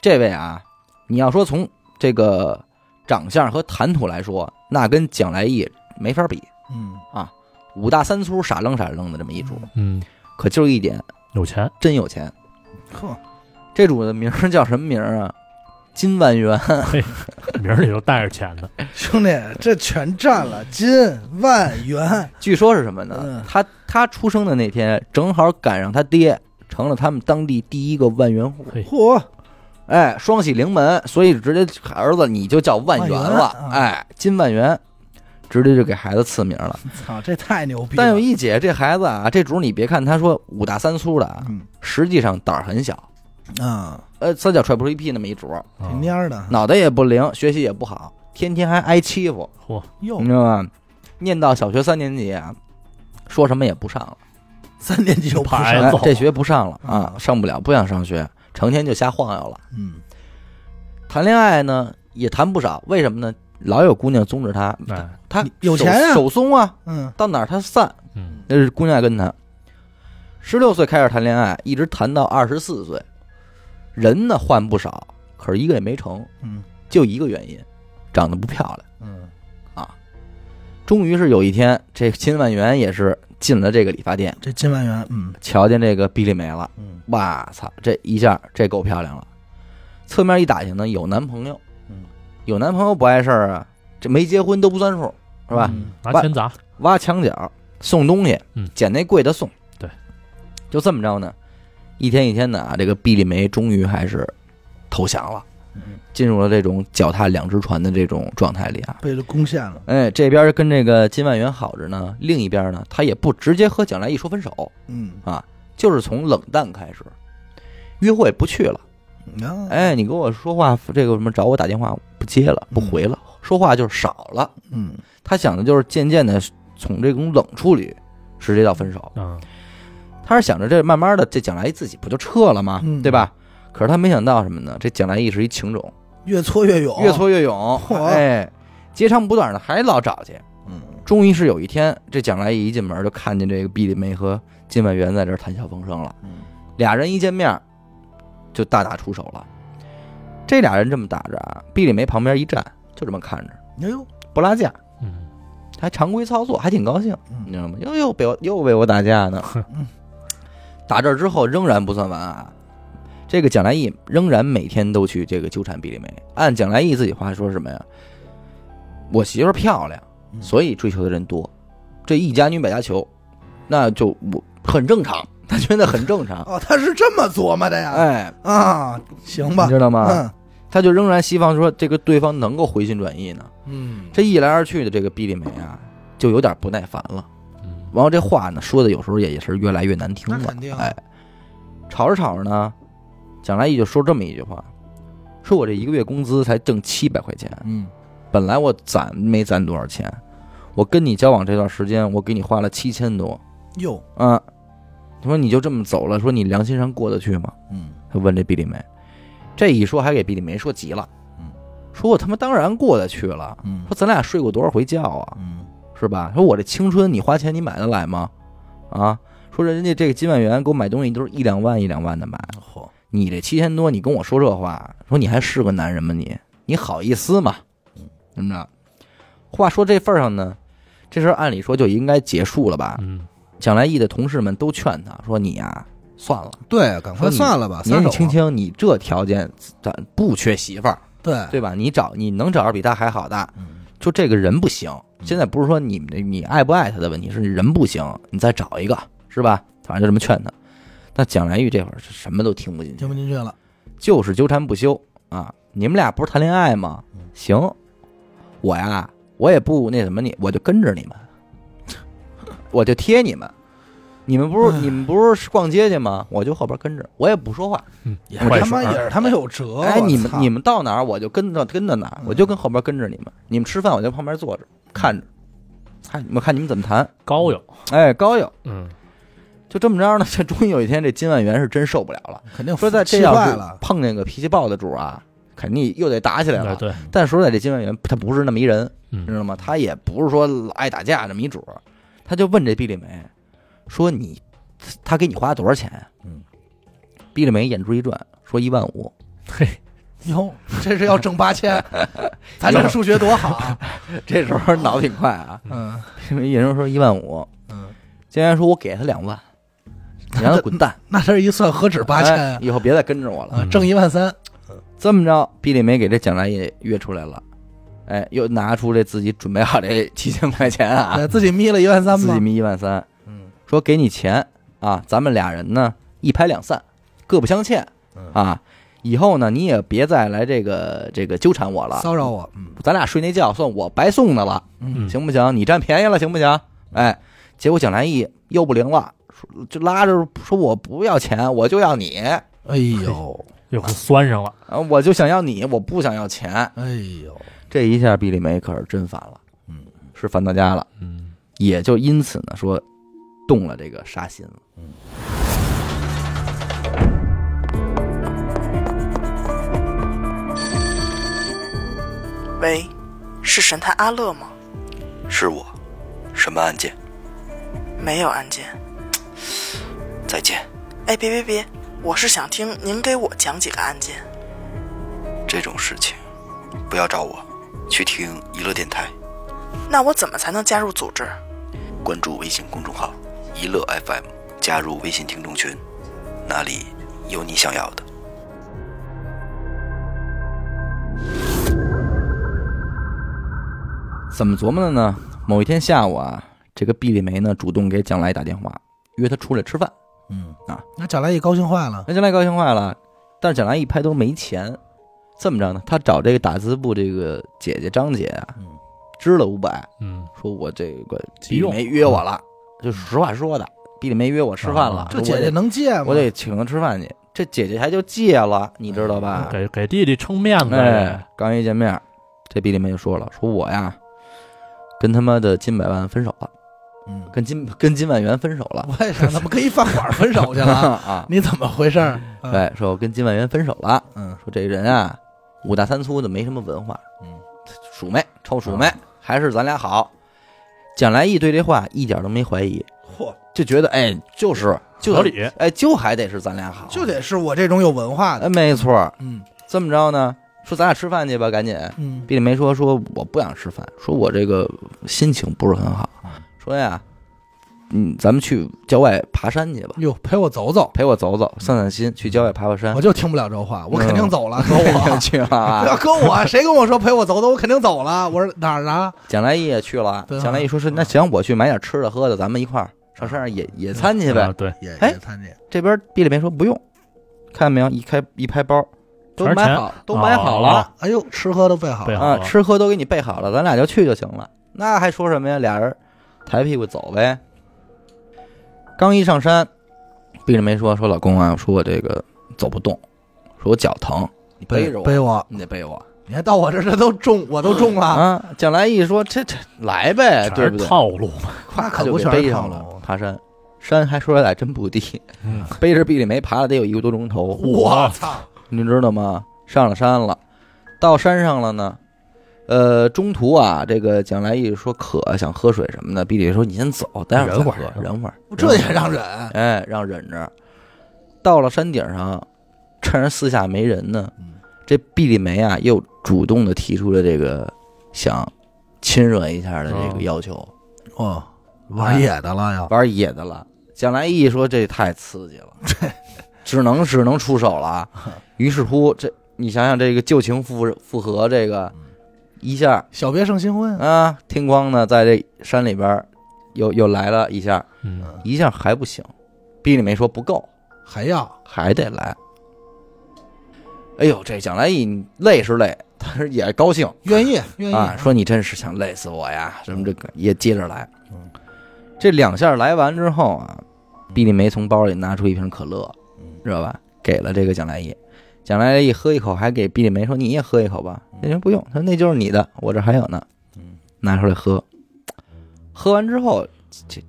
A: 这位啊，你要说从这个长相和谈吐来说，那跟蒋来义没法比，
B: 嗯
A: 五大三粗、傻愣傻愣的这么一主。
C: 嗯，
A: 可就是一点，
C: 有钱，
A: 真有钱。
B: 呵，
A: 这主的名儿叫什么名儿啊？金万元，
C: 名儿里头带着钱的，
B: 兄弟，这全占
A: 嗯
B: 了，金万元，
A: 据说是什么呢
B: 嗯？
A: 他他出生的那天，正好赶上他爹成了他们当地第一个万元户，
C: 嘿，
B: 嚯，
A: 哎，双喜临门，所以直接儿子你就叫万元了，
B: 万元啊
A: 哎，金万元，直接就给孩子赐名了。
B: 操，这太牛逼了！
A: 但有一姐，这孩子啊，这主你别看他说五大三粗的啊，
B: 嗯
A: 实际上胆儿很小，
B: 啊，
A: 呃，三脚踹不出一屁那么一主，
B: 嗯挺蔫儿的，
A: 脑袋也不灵，学习也不好，天天还挨欺负，
C: 嚯，
B: 哟
A: 你，知道吗？念到小学三年级啊，说什么也不上了，
B: 三年级就不
C: 哎
B: 上，
A: 哎
C: 走
A: 这学不上了啊
B: 啊，
A: 上不了，不想上学，成天就瞎晃悠了。
B: 嗯，
A: 谈恋爱呢也谈不少，为什么呢？老有姑娘宗旨他，
C: 哎，
A: 他
B: 有钱啊
A: 手手松啊，
B: 嗯，
A: 到哪儿他散，
C: 嗯，
A: 那是姑娘爱跟他。十六岁开始谈恋爱，一直谈到二十四岁，人呢换不少，可是一个也没成，
B: 嗯
A: 就一个原因，长得不漂亮。
B: 嗯
A: 终于是有一天，这秦万元也是进了这个理发店，
B: 这金万元，嗯
A: 瞧见这个碧丽美了，
B: 嗯
A: 哇操，这一下这够漂亮了。侧面一打听呢，有男朋友，
B: 嗯，
A: 有男朋友不碍事儿啊，这没结婚都不算数，是吧？
C: 嗯拿钱砸，
A: 挖墙角送东西，
C: 嗯
A: 捡那贵的送，
C: 对，
A: 就这么着呢。一天一天的啊，这个毕丽梅终于还是投降了，
B: 嗯，
A: 进入了这种脚踏两只船的这种状态里啊。
B: 被这攻陷了，
A: 哎，这边跟这个金万元好着呢，另一边呢，他也不直接和蒋来义说分手，
B: 嗯，
A: 就是从冷淡开始，约会不去了。
B: 啊，
A: 哎，你跟我说话，这个什么找我打电话不接了，不回了，说话就是少了。
B: 嗯
A: 他想的就是渐渐的从这种冷处理，直接到分手。
C: 嗯，
A: 他是想着这慢慢的，这蒋来义自己不就撤了吗？
B: 嗯
A: 对吧？可是他没想到什么呢？这蒋来义是一情种，
B: 越挫越勇，
A: 越，挫越勇，
B: 哦嚯
A: 哎，截长补短的还老找去。
B: 嗯
A: 终于是有一天，这蒋来义一进门就看见这个毕丽梅和金万元在这儿谈笑风生了。
B: 嗯
A: 俩人一见面就大打出手了。这俩人这么打着啊，毕丽梅旁边一站，就这么看着，
B: 哎呦，
A: 不拉架，
C: 嗯，
A: 还常规操作，还挺高兴，你
B: 嗯
A: 知道吗？又又被我又被我打架 呢。打这儿之后仍然不算完啊，这个蒋来义仍然每天都去这个纠缠毕丽梅。按蒋来义自己话说是什么呀？我媳妇儿漂亮，
B: 嗯
A: 所以追求的人多，这一家女百家求，那就我很正常，他觉得很正 常。
B: 哦，他是这么琢磨的呀，
A: 哎，
B: 啊，行吧
A: 你，知道吗？
B: 嗯
A: 他就仍然希望说这个对方能够回心转意呢。
B: 嗯，
A: 这一来二去的，这个毕丽梅啊，就有点不耐烦了。
C: 嗯，
A: 然后这话呢，说的有时候也也是越来越难听
B: 那
A: 了
B: 肯定。啊
A: 哎，吵着吵着呢，蒋来义就说这么一句话：“说我这一个月工资才挣七百块钱，
B: 嗯
A: 本来我攒没攒多少钱，我跟你交往这段时间，我给你花了七千多
B: 哟，
A: 啊。”他说：“你就这么走了，说你良心上过得去吗？”
B: 嗯
A: 他问这毕丽梅，这一说还给毕丽梅说急了，
B: 嗯，
A: 说我他妈当然过得去了，
B: 嗯
A: 说咱俩睡过多少回觉啊，
B: 嗯
A: 是吧？说我这青春你花钱你买得来吗？啊，说人家这个几万元给我买东西都是一两万一两万的买，
B: 嚯，
A: 你这七千多你跟我说这话，说你还是个男人吗你？你好意思吗？怎么着？话说这份儿上呢，这事儿按理说就应该结束了吧？
C: 嗯，
A: 蒋来义的同事们都劝他说：“你呀、算了。”
B: 对，啊赶
A: 说
B: 快
A: 你
B: 算了吧，
A: 年纪
B: 撒手啊
A: 轻
B: 吧，
A: 轻，你这条件咱不缺媳妇儿，
B: 对，
A: 对吧？你找你能找着比他还好的，
B: 嗯
A: 就这个人不行。现在不是说你你爱不爱他的问题，是人不行，你再找一个，是吧？反正就这么劝他。那蒋来玉这会儿是什么都听不进去
B: 听，不进去了，
A: 就是纠缠不休啊！你们俩不是谈恋爱吗
B: 嗯？
A: 行，我呀，我也不那什么你，我就跟着你们，我就贴你们。你们不是你们不是逛街去吗？我就后边跟着，我也不说话，
C: 嗯，
B: 也
C: 坏
B: 他
C: 事
B: 妈
C: 儿
B: 也是他妈有辙，
A: 哎，
B: 我
A: 你们
B: 操
A: 你们到哪儿我就跟着跟着哪儿，
B: 嗯
A: 我就跟后边跟着你们。你们吃饭我就旁边坐着看着，看我看你们怎么谈。
C: 高友，
A: 哎，高友
C: 嗯，
A: 就这么着呢。这终于有一天，这金万元是真受不了 了，
B: 肯定
A: 说在这
B: 气
A: 要
B: 坏
A: 是
B: 了，
A: 碰见个脾气暴的主啊，肯定又得打起来
C: 对
A: 了。
C: 哎对，
A: 但说实在这金万元他不是那么一人，
C: 嗯
A: 你知道吗？他也不是说老爱打架这么一主儿，他就问这毕丽梅说你他给你花多少钱啊？
B: 嗯，
A: 毕丽梅眼珠一转，说一万五。
C: 嘿，
B: 哟，这是要挣八千，咱这数学多好 啊，
A: 这时候脑子挺快啊，
B: 嗯
A: 毕丽梅眼珠说一万五。
B: 嗯，
A: 金元说：“我给他两 万，你让他滚蛋，
B: 那这一算何止八千
A: 哎以后别再跟着我了。
B: 啊，挣一万三，
A: 这么着，毕丽梅给这蒋来义约出来了，哎，又拿出这自己准备好这七千块钱啊，
B: 哎对自己眯了一万三
A: 自
B: 吗
A: 己？眯一万三，
B: 嗯
A: 说给你钱啊，咱们俩人呢一拍两散，各不相欠
B: 嗯
A: 啊。以后呢，你也别再来这个这个纠缠我了，
B: 骚扰我，嗯
A: 咱俩睡那觉算我白送的了。
C: 嗯，
A: 行不行？你占便宜了，行不行？哎，结果蒋来义又不灵了，说就拉着说我不要钱，我就要你，
B: 哎呦，
C: 又酸上了，
A: 啊，我就想要你，我不想要钱。
B: 哎呦，
A: 这一下毕丽梅可是真烦了，
B: 嗯，
A: 是烦到家了，
C: 嗯，
A: 也就因此呢说动了这个杀心了。
B: 嗯
D: 喂，是神探阿乐吗？
E: 是我，什么案件？
D: 没有案件。
E: 再见，
D: 哎，别别别，我是想听您给我讲几个案件。
E: 这种事情不要找我，去听娱乐电台，
D: 那我怎么才能加入组织？
E: 关注微信公众号“娱乐 FM”，加入微信听众群，那里有你想要的。
A: 怎么琢磨的呢？某一天下午啊，这个毕丽梅呢主动给蒋来打电话，约他出来吃饭。
B: 嗯
A: 啊，
B: 那贾来也高兴坏了，
A: 那蒋来高兴坏了，但是蒋来一拍都没钱，这么着呢，他找这个打字部这个姐姐张姐啊
B: 嗯，
A: 支了五百，
C: 嗯，
A: 说我这个
C: 急
A: 毕丽
C: 用
A: 梅约我了，就实话说的，毕丽梅约我吃饭了
C: 啊，
B: 这
A: 说我
B: 姐姐
A: 得
B: 能借吗？
A: 我得请她吃饭去，这姐姐还就借了，你知道吧？
C: 给给弟弟撑面子，
A: 啊哎，刚一见面，这毕丽梅就说了，说我呀，跟他妈的金百万分手了，
B: 嗯，
A: 跟金跟金万元分手了。
B: 我也想，怎么跟一饭馆分手去 了？
A: 啊，
B: 你怎么回事儿？嗯，
A: 对，说我跟金万元分手了。
B: 嗯
A: 说这人啊，五大三粗的，没什么文化，
B: 嗯，
A: 鼠妹，臭鼠妹，还是咱俩好。蒋来义对这话一点都没怀疑，
B: 嚯，
A: 就觉得哎，就是就
C: 合理
A: 哎，就还得是咱俩好，
B: 就得是我这种有文化的
A: 哎，。没错儿。
B: 嗯
A: 这么着呢，说咱俩吃饭去吧，赶紧。
B: 嗯
A: 毕丽梅说说我不想吃饭，说我这个心情不是很好，说呀，嗯，咱们去郊外爬山去吧，
B: 哟，陪我走走，
A: 陪我走走，散散心，去郊外爬爬山
B: 我。就听不了这话，我肯
A: 嗯
B: 定 走了，哥
A: 我
B: 我。
A: 去了
B: 不
A: 啊
B: 要，搁我，谁跟我说陪我走走，我肯定走了。我说哪儿啊？
A: 蒋来义也去了。
B: 对啊
A: 蒋来义说是那行，我去买点吃的喝的，咱们一块儿上山上野野餐去
C: 啊
A: 呗。
C: 对，
B: 也
A: 哎
B: 也参见。
A: 这边毕丽梅说不用，看见没有，一开一拍包，都
C: 全是
A: 买
C: 钱哦
A: 好，都买好了
B: 哎呦，吃喝都备好
C: 备
B: 了。
C: 啊好
A: 啊，
C: 了
A: 吃喝都给你备好了，咱俩就去就行了。那还说什么呀？俩人抬屁股走呗。刚一上山，毕丽梅说：“说老公啊，说我这个走不动，说我脚疼，你背着我，
B: 背我，
A: 你得背我
B: 你看到我这儿这都中，我都中了。
A: 啊。”蒋来义说：“这这来呗，
C: 全
A: 对
C: 是
A: 不对
C: 套路嘛，
B: 那？”
A: 他
B: 可
A: 就
B: 不
A: 给
B: 全
A: 背
B: 是
A: 上
B: 套
A: 了
B: 路。
A: 爬山。山还说起来真不低，
C: 嗯
A: 背着毕丽梅爬了得有一个多钟头。
B: 我操！
A: 你知道吗？上了山了，到山上了呢。呃，中途啊，这个蒋来义说渴，想喝水什么的。毕丽说：“你先走，待会儿再
C: 忍
A: 喝
C: 会儿忍会，儿
A: 忍会儿。”
B: 这也让忍。
A: 哎，让忍着。到了山顶上，趁着四下没人呢
B: 嗯，
A: 这毕丽梅啊又主动的提出了这个想亲热一下的这个要求，
B: 哦，玩野的了呀！
A: 玩野的了。蒋来义说：“这太刺激了， 只能只能出手了啊。”于是乎，这你想想，这个旧情复复合，这个一下
B: 小别胜新婚，
A: 啊，听光呢，在这山里边儿又又来了一下，
C: 嗯，
A: 一下还不行，毕丽梅说不够，
B: 还要
A: 还得来。哎呦，这蒋来义累是累，但是也高兴
B: 愿意愿意
A: 啊，说你真是想累死我呀，什么这个也接着来
B: 嗯。
A: 这两下来完之后啊，毕丽梅从包里拿出一瓶可乐，知道吧？给了这个蒋来义，蒋来义喝一口，还给毕丽梅说：“你也喝一口吧。”那人不用，他说：“那就是你的，我这还有呢。”拿出来喝，喝完之后，这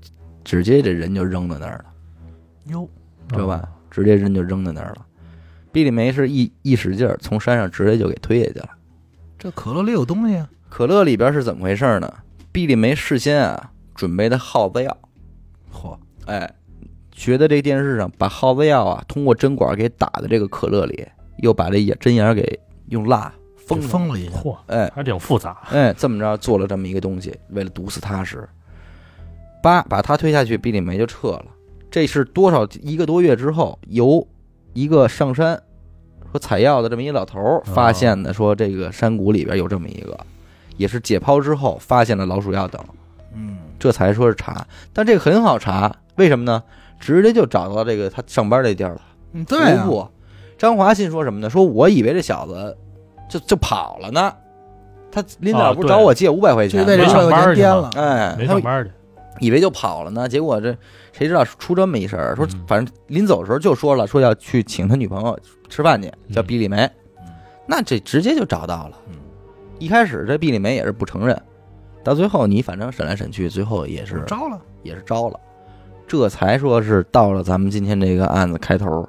A: 直接这人就扔在那儿了，
B: 哟，
A: 知道吧？直接人就扔在那儿了。毕丽梅是一一使劲儿，从山上直接就给推下去了。
B: 这可乐里有东西啊！
A: 可乐里边是怎么回事呢？毕丽梅事先啊准备的耗子药，
B: 嚯，
A: 哎，觉得这电视上把耗子药啊通过针管给打在这个可乐里，又把这眼针眼儿给用蜡封
B: 封
A: 上
B: 封了一下，
C: 嗯嚯，
A: 哎
C: 还挺复杂，
A: 哎，这么着做了这么一个东西，为了毒死他时，八把他推下去，毕丽梅就撤了。这是多少一个多月之后，由一个上山说采药的这么一老头儿发现的，说这个山谷里边有这么一个，也是解剖之后发现了老鼠药等，
B: 嗯，
A: 这才说是查。但这个很好查，为什么呢？直接就找到这个他上班这地儿了。
B: 嗯对啊
A: 不，不，张华信说什么呢？说我以为这小子就就跑了呢，他临了
C: 啊
A: 不是找我借五百块
B: 就
A: 钱
B: 为
A: 吗
B: 这
C: 没
B: 事
C: 事
B: 儿
C: 上班
B: 有
C: 去
B: 颠
C: 吗
B: 了，
A: 哎，
C: 没
A: 他
C: 上班去，
A: 以为就跑了呢，结果这谁知道出这么一事儿？说
C: 嗯
A: 反正临走的时候就说了，说要去请他女朋友吃饭去，叫
C: 嗯
A: 毕丽梅
B: 嗯，
A: 那这直接就找到了
B: 嗯。
A: 一开始这毕丽梅也是不承认，到最后你反正审来审去，最后也是
B: 招了，
A: 也是招了，这才说是到了咱们今天这个案子开头，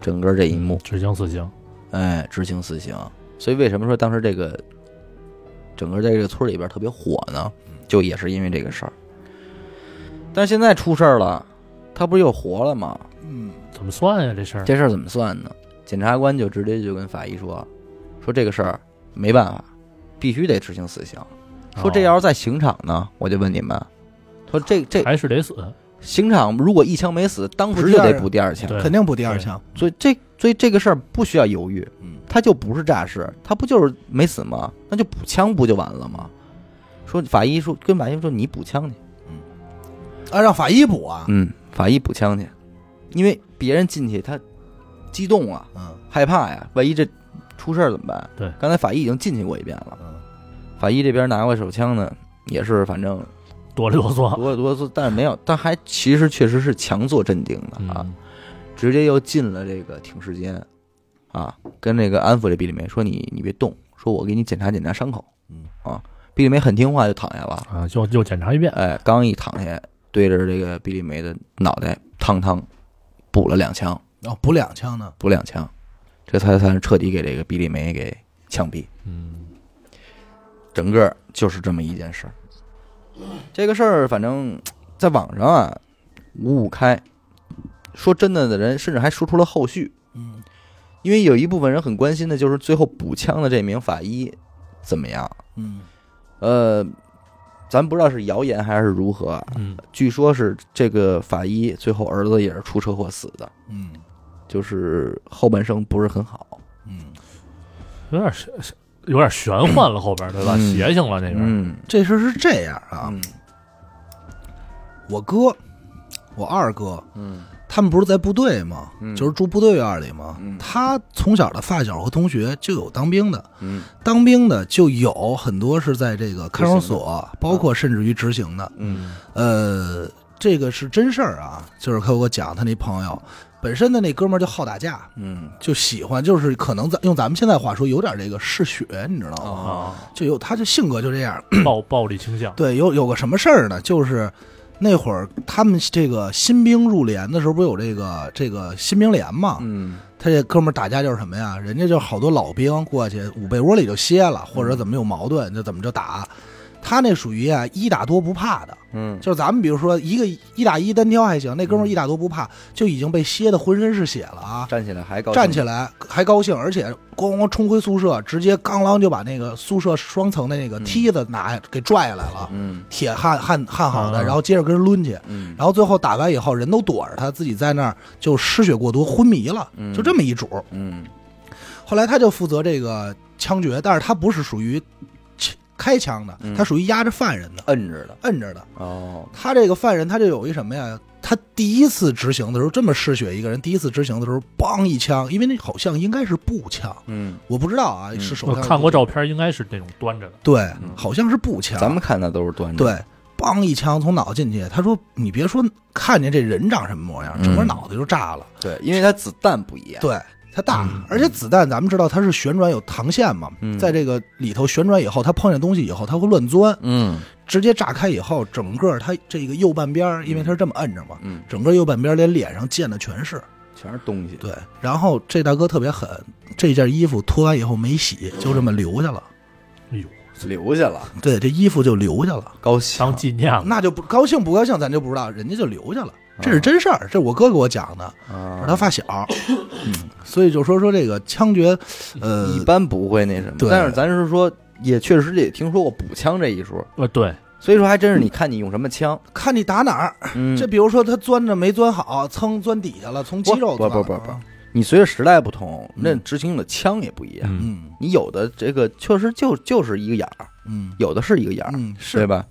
A: 整个这一幕，
C: 执行死刑，
A: 哎，执行死刑。所以为什么说当时这个整个这个村里边特别火呢？就也是因为这个事儿。但是现在出事儿了，他不是又活了吗？
B: 嗯，
C: 怎么算呀？这事儿
A: 这事儿怎么算呢？检察官就直接就跟法医说，说这个事儿没办法，必须得执行死刑。说这要是在刑场呢，我就问你们，说这这
C: 啊还是得死，
A: 刑场如果一枪没死，当时就得补第二枪，
C: 对，
B: 肯定不第二枪，
A: 所以这所以这个事儿不需要犹豫，
B: 嗯，
A: 他就不是诈尸，他不就是没死吗？那就补枪不就完了吗？说法医说跟法医说你补枪去，
B: 啊，让法医补啊，
A: 嗯，法医补枪去，因为别人进去他激动啊，
B: 嗯
A: 害怕呀，万一这出事儿怎么办？
C: 对
A: 刚才法医已经进去过一遍了，
B: 嗯，
A: 法医这边拿过手枪呢，也是反正
C: 哆里哆嗦，
A: 哆哆嗦，但是没有，但还其实确实是强作镇定的啊，
C: 嗯，
A: 直接又进了这个停尸间，啊，跟那个安抚这毕丽梅说你你别动，说我给你检查检查伤口，
B: 嗯
A: 啊，毕丽梅很听话就躺下了，
C: 啊，又又检查一遍，
A: 哎，刚一躺下，对着这个毕丽梅的脑袋烫烫补了两枪，
B: 哦，补两枪呢，
A: 补两枪，这才算是彻底给这个毕丽梅给枪毙。
C: 嗯，
A: 整个就是这么一件事儿。这个事儿，反正在网上啊五五开，说真的的人甚至还说出了后续，
B: 嗯，
A: 因为有一部分人很关心的就是最后补枪的这名法医怎么样。
B: 嗯，
A: 呃，咱不知道是谣言还是如何啊，
C: 嗯
A: 据说是这个法医最后儿子也是出车祸死的，
B: 嗯，
A: 就是后半生不是很好。
B: 嗯，
C: 有点是是有点玄幻了，后边对吧？
A: 嗯
C: 邪性了那边，
A: 嗯
B: 这事儿是这样啊，
A: 嗯
B: 我哥，我二哥，
A: 嗯
B: 他们不是在部队吗？
A: 嗯
B: 就是住部队院里吗？
A: 嗯
B: 他从小的发小和同学就有当兵的，
A: 嗯
B: 当兵的就有很多是在这个看守所，包括甚至于执行的。
A: 嗯
B: 呃，这个是真事儿啊，就是他给我讲他那朋友。本身的那哥们儿就好打架，
A: 嗯
B: 就喜欢，就是可能咱用咱们现在话说，有点这个嗜血，你知道吗？
A: 啊
B: 就有他就性格就这样。
C: 暴暴力倾向，
B: 对，有有个什么事儿呢？就是那会儿他们这个新兵入连的时候，不是有这个这个新兵连嘛？
A: 嗯
B: 他这哥们儿打架就是什么呀？人家就好多老兵过去捂被窝里就歇了，或者怎么有矛盾就怎么就打。他那属于啊一打多不怕的，
A: 嗯
B: 就是咱们比如说一个一打一单挑还行，那哥们儿一打多不怕，就已经被歇的浑身是血了啊！
A: 站起来还高兴
B: 站起来还高兴，而且咣咣冲回宿舍，直接刚啷就把那个宿舍双层的那个梯子拿、给拽下来了，
A: 嗯
B: 铁焊焊焊好的，
C: 啊
B: 然后接着跟人抡去，
A: 嗯
B: 然后最后打完以后人都躲着他，自己在那儿就失血过多昏迷了，
A: 嗯
B: 就这么一主。
A: 嗯
B: 后来他就负责这个枪决，但是他不是属于开枪的，
A: 嗯
B: 他属于压着犯人的，
A: 摁着的
B: 摁着的。
A: 哦，
B: 他这个犯人，他就有一什么呀？他第一次执行的时候这么嗜血，一个人第一次执行的时候，梆一枪，因为那好像应该是步枪，
A: 嗯，
B: 我不知道啊，
A: 嗯
B: 是手
C: 我
B: 枪。
C: 看过照片，应该是那种端着的，
B: 对
A: 嗯，
B: 好像是步枪。
A: 咱们看的都是端着，
B: 对，梆一枪从脑进去。他说：“你别说看见这人长什么模样，
A: 嗯
B: 整个脑袋就炸了。
A: 对，因为它子弹不一样，
B: 对，它大，
C: 嗯
B: 而且子弹咱们知道它是旋转有膛线嘛，
A: 嗯
B: 在这个里头旋转以后，它碰见东西以后，它会乱钻，
A: 嗯
B: 直接炸开以后，整个它这个右半边儿，因为它是这么摁着嘛，
A: 嗯，
B: 整个右半边儿连脸上溅的全是。
A: 全是东西，
B: 对，然后这大哥特别狠，这件衣服脱完以后没洗，就这么留下了。
C: 哎呦，
A: 留下了，
B: 对，这衣服就留下了。
A: 高啊兴
C: 当纪念了，
B: 那就不高兴不高兴，咱就不知道，人家就留下了，这是真事儿，这是我哥给我讲的，
A: 啊
B: 是他发小，嗯所以就说说这个枪决，呃
A: 一，般不会那什么，
B: 对
A: 但是咱是说，也确实也听说过补枪这一说，
C: 呃，对，
A: 所以说还真是你看你用什么枪，
B: 看你打哪儿，
A: 嗯，
B: 嗯这比如说他钻着没钻好，噌钻底下了，从肌肉
A: 不
B: 钻啊
A: 不
B: 了
A: 不不，你随着时代不同，那
B: 嗯
A: 执行的枪也不一样，
C: 嗯，
B: 嗯
A: 你有的这个确实就就是一个眼儿，
B: 嗯
A: 有的是一个眼儿，
B: 嗯，
A: 对
B: 是
A: 吧？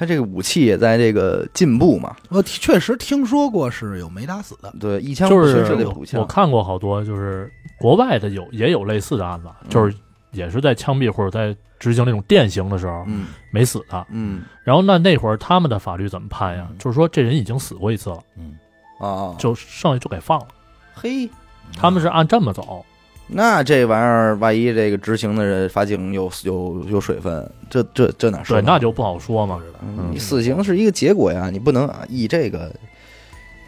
A: 它这个武器也在这个进步嘛，
B: 我听确实听说过是有没打死的，
A: 对，一枪
C: 就
A: 不
C: 是
A: 是就得
C: 我
A: 补枪
C: 我，看过好多，就是国外的有也有类似的案子，
A: 嗯
C: 就是也是在枪毙或者在执行那种电刑的时候
A: 嗯
C: 没死的，
A: 嗯
C: 然后那那会儿他们的法律怎么判呀
B: 嗯？
C: 就是说这人已经死过一次了，
B: 嗯，
A: 啊，
C: 就剩下就给放了。
A: 嘿，
C: 他们是按这么走，
A: 那这玩意儿，万一这个执行的人法警有有有水分，这这这哪说
C: 对，
A: 呢？
C: 那就不好说嘛，
A: 嗯你死刑是一个结果呀，你不能啊以这个。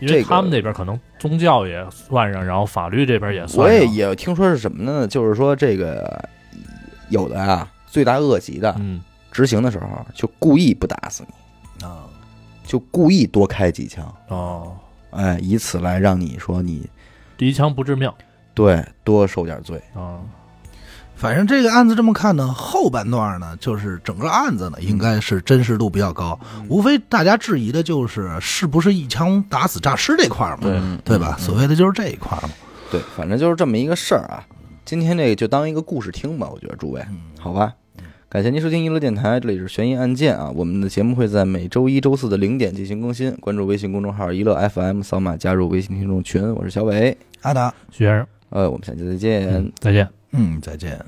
C: 因为
A: 这个
C: 他们那边可能宗教也算上，然后法律这边也
A: 我
C: 算
A: 也
C: 上，
A: 也听说是什么呢？就是说这个有的啊，罪大恶极的，
C: 嗯，
A: 执行的时候就故意不打死你，
B: 啊，
A: 就故意多开几枪，
C: 哦，
A: 哎，以此来让你说你
C: 第一枪不致命
A: 对多受点罪。
C: 啊，
B: 反正这个案子这么看呢，后半段呢，就是整个案子呢，
A: 嗯
B: 应该是真实度比较高，无非大家质疑的就是是不是一枪打死诈尸这块儿嘛，
C: 对
A: 嗯
B: 对吧？所谓的就是这一块儿嘛。
A: 对，反正就是这么一个事儿啊。今天这个就当一个故事听吧，我觉得诸位，好吧。感谢您收听娱乐电台，这里是悬疑案件啊。我们的节目会在每周一周四的零点进行更新，关注微信公众号“娱乐 FM”，扫码加入微信听众群。我是小伟，
B: 阿达，
C: 徐先生，嗯
A: 呃，我们下期再见。
C: 嗯，再见。
B: 嗯，再见。